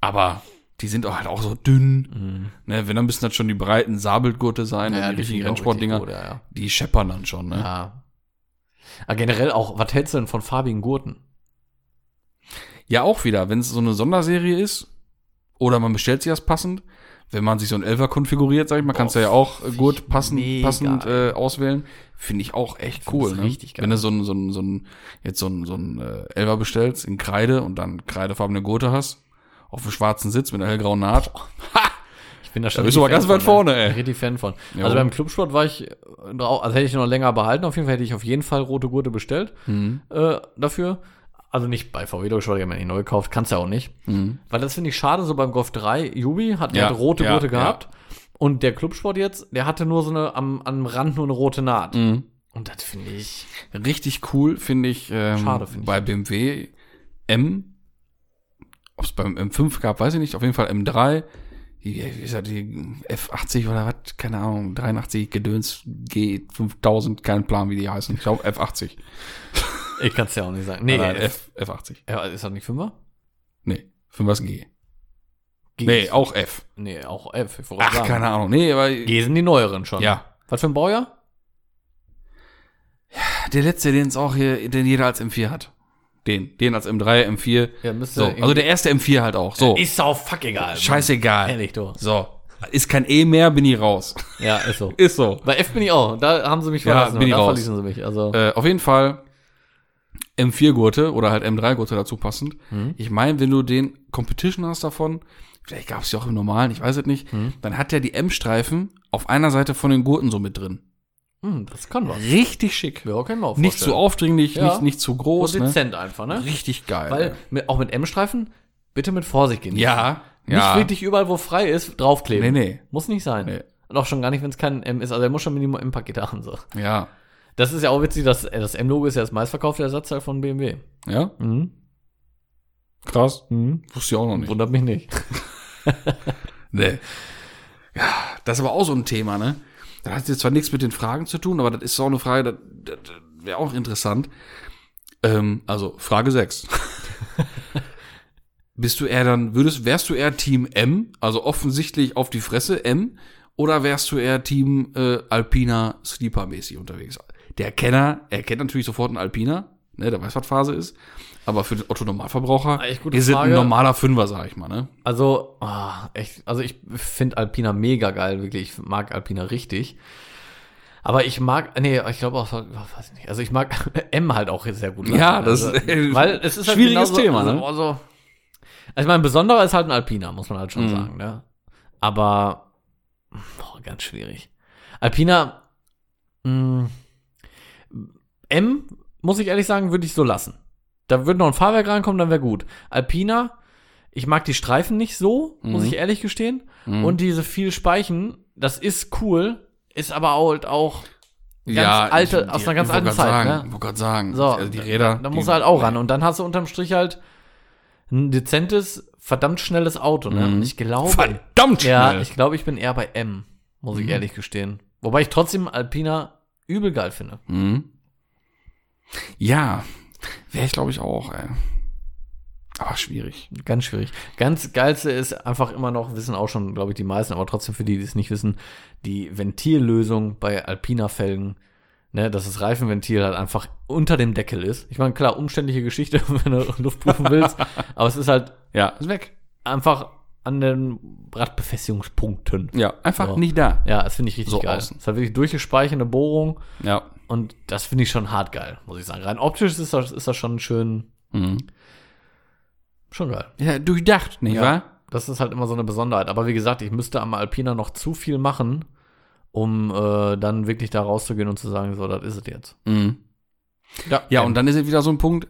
[SPEAKER 3] aber die sind auch halt auch so dünn. Ne? Wenn, dann müssen das schon die breiten Sabelgurte sein, ja, die richtigen Rennsportdinger.
[SPEAKER 2] Oder, ja.
[SPEAKER 3] Die scheppern dann schon, ne?
[SPEAKER 2] ja. Aber generell auch, was hältst du denn von farbigen Gurten?
[SPEAKER 3] Ja, auch wieder, wenn es so eine Sonderserie ist oder man bestellt sich das passend, wenn man sich so einen Elfer konfiguriert, sag ich mal, kannst du ja auch äh, Gurt passend,
[SPEAKER 2] mega.
[SPEAKER 3] passend äh, auswählen. Finde ich auch echt cool.
[SPEAKER 2] das
[SPEAKER 3] Ne?
[SPEAKER 2] richtig geil.
[SPEAKER 3] Wenn du so einen, so einen, so einen, jetzt so einen, so einen äh, Elfer bestellst in Kreide und dann kreidefarbene Gurte hast, auf dem schwarzen Sitz mit einer hellgrauen Naht.
[SPEAKER 2] Ich bin da schon.
[SPEAKER 3] Da bist du aber
[SPEAKER 2] richtig
[SPEAKER 3] ganz weit
[SPEAKER 2] Fan von,
[SPEAKER 3] vorne, ey.
[SPEAKER 2] ne? Richtig Fan von.
[SPEAKER 3] Jo.
[SPEAKER 2] Also beim Clubsport war ich, äh, drau- also hätte ich noch länger behalten, auf jeden Fall hätte ich auf jeden Fall rote Gurte bestellt
[SPEAKER 3] Mhm,
[SPEAKER 2] äh, dafür. Also nicht bei VW Deutsch, weil ich mir die neu gekauft, kannst ja auch nicht.
[SPEAKER 3] mhm,
[SPEAKER 2] Weil das finde ich schade, so beim Golf 3, Jubi hat, der
[SPEAKER 3] Ja,
[SPEAKER 2] hat rote
[SPEAKER 3] ja,
[SPEAKER 2] Gurte
[SPEAKER 3] ja.
[SPEAKER 2] gehabt und der Clubsport jetzt, der hatte nur so eine, am, am Rand nur eine rote
[SPEAKER 3] Mhm.
[SPEAKER 2] Naht. Und das finde ich,
[SPEAKER 3] Richtig cool, finde ich, ähm,
[SPEAKER 2] Schade, finde ich.
[SPEAKER 3] bei BMW M. Ob es beim M5 gab, weiß ich nicht. Auf jeden Fall M3. Die, wie ist das, die F80 oder was? Keine Ahnung. 83 Gedöns G5000. Kein Plan, wie die heißen. Ich glaube F80.
[SPEAKER 2] ich kann es ja auch nicht sagen. Nee,
[SPEAKER 3] Oder
[SPEAKER 2] F,
[SPEAKER 3] F, F80.
[SPEAKER 2] ja, ist das nicht Fünfer?
[SPEAKER 3] Nee, 5 was G.
[SPEAKER 2] G
[SPEAKER 3] Nee,
[SPEAKER 2] ist-
[SPEAKER 3] auch F.
[SPEAKER 2] nee, auch F. Ich wollte
[SPEAKER 3] Ach,
[SPEAKER 2] sagen.
[SPEAKER 3] keine Ahnung. Nee, aber
[SPEAKER 2] G sind die neueren schon.
[SPEAKER 3] ja.
[SPEAKER 2] Was für ein Baujahr?
[SPEAKER 3] Der letzte, den es auch hier, den jeder als M4 hat. Den, den als M3, M4.
[SPEAKER 2] Ja, müsste
[SPEAKER 3] So,
[SPEAKER 2] irgendwie-
[SPEAKER 3] also der erste M4 halt auch. So,
[SPEAKER 2] Ist auch fuck egal. Mann.
[SPEAKER 3] scheißegal.
[SPEAKER 2] Ehrlich, du.
[SPEAKER 3] So, ist kein E mehr, bin ich raus.
[SPEAKER 2] Ja, ist so.
[SPEAKER 3] Ist so.
[SPEAKER 2] Bei F bin ich auch. Da haben sie mich
[SPEAKER 3] Ja,
[SPEAKER 2] verlassen.
[SPEAKER 3] bin ich
[SPEAKER 2] da
[SPEAKER 3] raus.
[SPEAKER 2] verließen sie mich. Also,
[SPEAKER 3] Äh, auf jeden Fall M4-Gurte oder halt M3-Gurte dazu passend. Ich meine, wenn du den Competition hast davon, vielleicht gab es ja auch im normalen, ich weiß es nicht, dann hat der die M-Streifen auf einer Seite von den Gurten so mit drin.
[SPEAKER 2] hm, das kann was.
[SPEAKER 3] Richtig schick.
[SPEAKER 2] Ja, kann ich mir auch
[SPEAKER 3] Nicht zu
[SPEAKER 2] vorstellen.
[SPEAKER 3] aufdringlich,
[SPEAKER 2] Ja.
[SPEAKER 3] nicht, nicht zu groß.
[SPEAKER 2] So
[SPEAKER 3] Ne?
[SPEAKER 2] dezent einfach, ne?
[SPEAKER 3] Richtig geil.
[SPEAKER 2] Weil mit, auch mit M-Streifen bitte mit Vorsicht gehen.
[SPEAKER 3] ja,
[SPEAKER 2] Nicht
[SPEAKER 3] ja.
[SPEAKER 2] wirklich überall, wo frei ist, draufkleben.
[SPEAKER 3] Nee, nee.
[SPEAKER 2] Muss nicht sein.
[SPEAKER 3] Nee.
[SPEAKER 2] Und auch schon gar nicht, wenn es kein M ist. Also er muss schon Minimum M-Paket haben. So.
[SPEAKER 3] Ja.
[SPEAKER 2] Das ist ja auch witzig, dass äh, das M-Logo ist ja das meistverkaufte Ersatzteil von BMW.
[SPEAKER 3] Ja,
[SPEAKER 2] Mhm.
[SPEAKER 3] krass.
[SPEAKER 2] Mhm.
[SPEAKER 3] Wusste ich auch noch nicht.
[SPEAKER 2] Wundert mich nicht.
[SPEAKER 3] Nee. Ja, das ist aber auch so ein Thema, ne? Das hat jetzt zwar nichts mit den Fragen zu tun, aber das ist auch eine Frage, das, das wäre auch interessant. Ähm, also, Frage 6. Bist du eher dann, würdest, wärst du eher Team M, also offensichtlich auf die Fresse M, oder wärst du eher Team äh, Alpina Sleeper-mäßig unterwegs? Der Kenner erkennt natürlich sofort einen Alpina, ne, der weiß, was Phase ist. Aber für den Otto-Normalverbraucher
[SPEAKER 2] Eigentlich gute
[SPEAKER 3] ist es ein
[SPEAKER 2] Frage.
[SPEAKER 3] normaler Fünfer, sag ich mal, ne?
[SPEAKER 2] Also, ah, echt, also ich finde Alpina mega geil, wirklich. Ich mag Alpina richtig. Aber ich mag, nee, ich glaube auch, weiß ich nicht. Also ich mag M halt auch sehr gut.
[SPEAKER 3] Ja, das
[SPEAKER 2] also,
[SPEAKER 3] ist ein
[SPEAKER 2] weil es ist halt
[SPEAKER 3] äh, schwieriges
[SPEAKER 2] genauso-
[SPEAKER 3] Thema,
[SPEAKER 2] Also,
[SPEAKER 3] ne?
[SPEAKER 2] also, also ich meine, besonderer ist halt ein Alpina, muss man halt
[SPEAKER 3] Mhm.
[SPEAKER 2] schon sagen, ne? Aber boah, ganz schwierig. Alpina mh, M muss ich ehrlich sagen, würde ich so lassen. Da würde noch ein Fahrwerk reinkommen, dann wäre gut. Alpina, ich mag die Streifen nicht so, muss
[SPEAKER 3] Mhm.
[SPEAKER 2] ich ehrlich gestehen. Und diese viel Speichen, das ist cool, ist aber halt auch ganz alte,
[SPEAKER 3] ich-
[SPEAKER 2] aus
[SPEAKER 3] die-
[SPEAKER 2] einer ganz
[SPEAKER 3] ich wollt
[SPEAKER 2] alten
[SPEAKER 3] grad
[SPEAKER 2] Zeit.
[SPEAKER 3] Sagen,
[SPEAKER 2] ne?
[SPEAKER 3] Ich wollte gerade sagen,
[SPEAKER 2] So,
[SPEAKER 3] also die Räder.
[SPEAKER 2] Da
[SPEAKER 3] die-
[SPEAKER 2] muss er halt auch ran. Und dann hast du unterm Strich halt ein dezentes, verdammt schnelles Auto. Ne? Und ich glaube.
[SPEAKER 3] Mhm. Verdammt schnell. Mhm.
[SPEAKER 2] Ja, ich glaube, ich bin eher bei M, muss ich ehrlich gestehen. Wobei ich trotzdem Alpina übel geil finde.
[SPEAKER 3] Mhm. Ja, wäre ich glaube ich auch, ey. Aber schwierig.
[SPEAKER 2] Ganz schwierig. Ganz geilste ist einfach immer noch, wissen auch schon, glaube ich, die meisten, aber trotzdem für die, die es nicht wissen, die Ventillösung bei Alpina-Felgen, ne, dass das Reifenventil halt einfach unter dem Deckel ist. Ich meine, klar, umständliche Geschichte, wenn du Luft prüfen willst, aber es ist halt
[SPEAKER 3] Ja, ist Also weg.
[SPEAKER 2] einfach an den Radbefestigungspunkten.
[SPEAKER 3] Ja, einfach
[SPEAKER 2] So.
[SPEAKER 3] nicht da.
[SPEAKER 2] Ja, das finde ich richtig
[SPEAKER 3] So
[SPEAKER 2] geil.
[SPEAKER 3] außen.
[SPEAKER 2] Das hat wirklich durchgespeicherte Bohrung
[SPEAKER 3] Ja.
[SPEAKER 2] und das finde ich schon hart geil, muss ich sagen. Rein optisch ist das, ist das schon schön,
[SPEAKER 3] Mhm.
[SPEAKER 2] schon geil.
[SPEAKER 3] Ja, durchdacht, nicht wahr?
[SPEAKER 2] Das ist halt immer so eine Besonderheit. Aber wie gesagt, ich müsste am Alpina noch zu viel machen, um äh, dann wirklich da rauszugehen und zu sagen, so, das ist es jetzt.
[SPEAKER 3] Mhm.
[SPEAKER 2] Ja,
[SPEAKER 3] Ja, und dann ist es wieder so ein Punkt,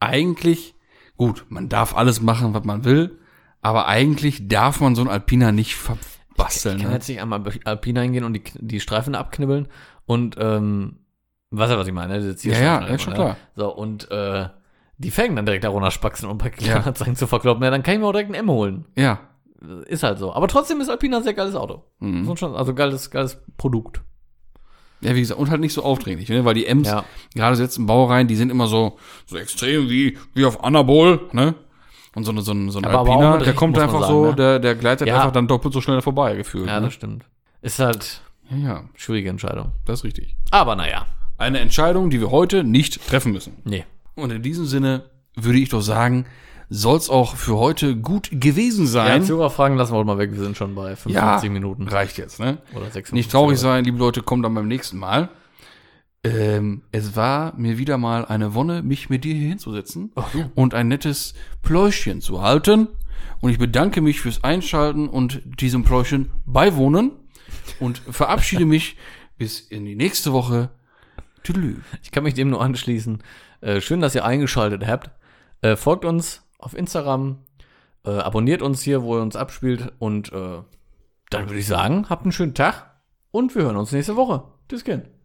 [SPEAKER 3] eigentlich, gut, man darf alles machen, was man will, aber eigentlich darf man so einen Alpina nicht verbasteln.
[SPEAKER 2] Ich kann
[SPEAKER 3] ne?
[SPEAKER 2] jetzt nicht einmal Alpina hingehen und die, die Streifen abknibbeln und ähm, weißt du, was ich meine? ne? Die
[SPEAKER 3] Ja,
[SPEAKER 2] Zierstreifen
[SPEAKER 3] ja,
[SPEAKER 2] halt
[SPEAKER 3] ja,
[SPEAKER 2] immer,
[SPEAKER 3] schon
[SPEAKER 2] ne?
[SPEAKER 3] klar.
[SPEAKER 2] So, und äh, die fängen dann direkt da runter spaxen, um bei Kleinanzeigen zu verkloppen. Ja, dann kann ich mir auch direkt ein M holen.
[SPEAKER 3] Ja. Mhm.
[SPEAKER 2] Ist halt so. Aber trotzdem ist Alpina ein sehr geiles Auto. Muss man Schon, also geiles, geiles Produkt.
[SPEAKER 3] Ja, wie gesagt, und halt nicht so aufdringlich, ne? weil die M's,
[SPEAKER 2] Ja.
[SPEAKER 3] gerade so jetzt in Baureihen, die sind immer so, so extrem wie, wie auf Anabol, ne? Und so, eine- so, ein- so ein
[SPEAKER 2] Aber- aber auch
[SPEAKER 3] Alpina,
[SPEAKER 2] mit
[SPEAKER 3] der
[SPEAKER 2] Recht,
[SPEAKER 3] kommt
[SPEAKER 2] muss man
[SPEAKER 3] einfach
[SPEAKER 2] sagen,
[SPEAKER 3] so,
[SPEAKER 2] ne?
[SPEAKER 3] der, der gleitet
[SPEAKER 2] Ja.
[SPEAKER 3] einfach dann doppelt so schnell vorbei, gefühlt.
[SPEAKER 2] Ja,
[SPEAKER 3] ne?
[SPEAKER 2] das stimmt. Ist halt
[SPEAKER 3] ja, ja,
[SPEAKER 2] schwierige Entscheidung.
[SPEAKER 3] das ist richtig.
[SPEAKER 2] Aber naja.
[SPEAKER 3] Eine Entscheidung, die wir heute nicht treffen müssen.
[SPEAKER 2] Nee.
[SPEAKER 3] Und in diesem Sinne würde ich doch sagen, soll's auch für heute gut gewesen
[SPEAKER 2] Ja,
[SPEAKER 3] sein.
[SPEAKER 2] Zuhörerfragen lassen wir heute mal weg. Wir sind schon bei 55 Minuten
[SPEAKER 3] reicht jetzt, ne?
[SPEAKER 2] oder 56.
[SPEAKER 3] Nicht traurig sein, liebe Leute, kommt dann beim nächsten Mal. Ähm, es war mir wieder mal eine Wonne, mich mit dir hier hinzusetzen und ein nettes Pläuschchen zu halten. Und ich bedanke mich fürs Einschalten und diesem Pläuschchen beiwohnen und verabschiede mich bis in die nächste Woche. Tüdelü.
[SPEAKER 2] Ich kann mich dem nur anschließen. Äh, schön, dass ihr eingeschaltet habt. Äh, folgt uns auf Instagram, äh, abonniert uns hier, wo ihr uns abspielt und äh, dann würde ich sagen, habt einen schönen Tag und wir hören uns nächste Woche. Tschüss, Kind.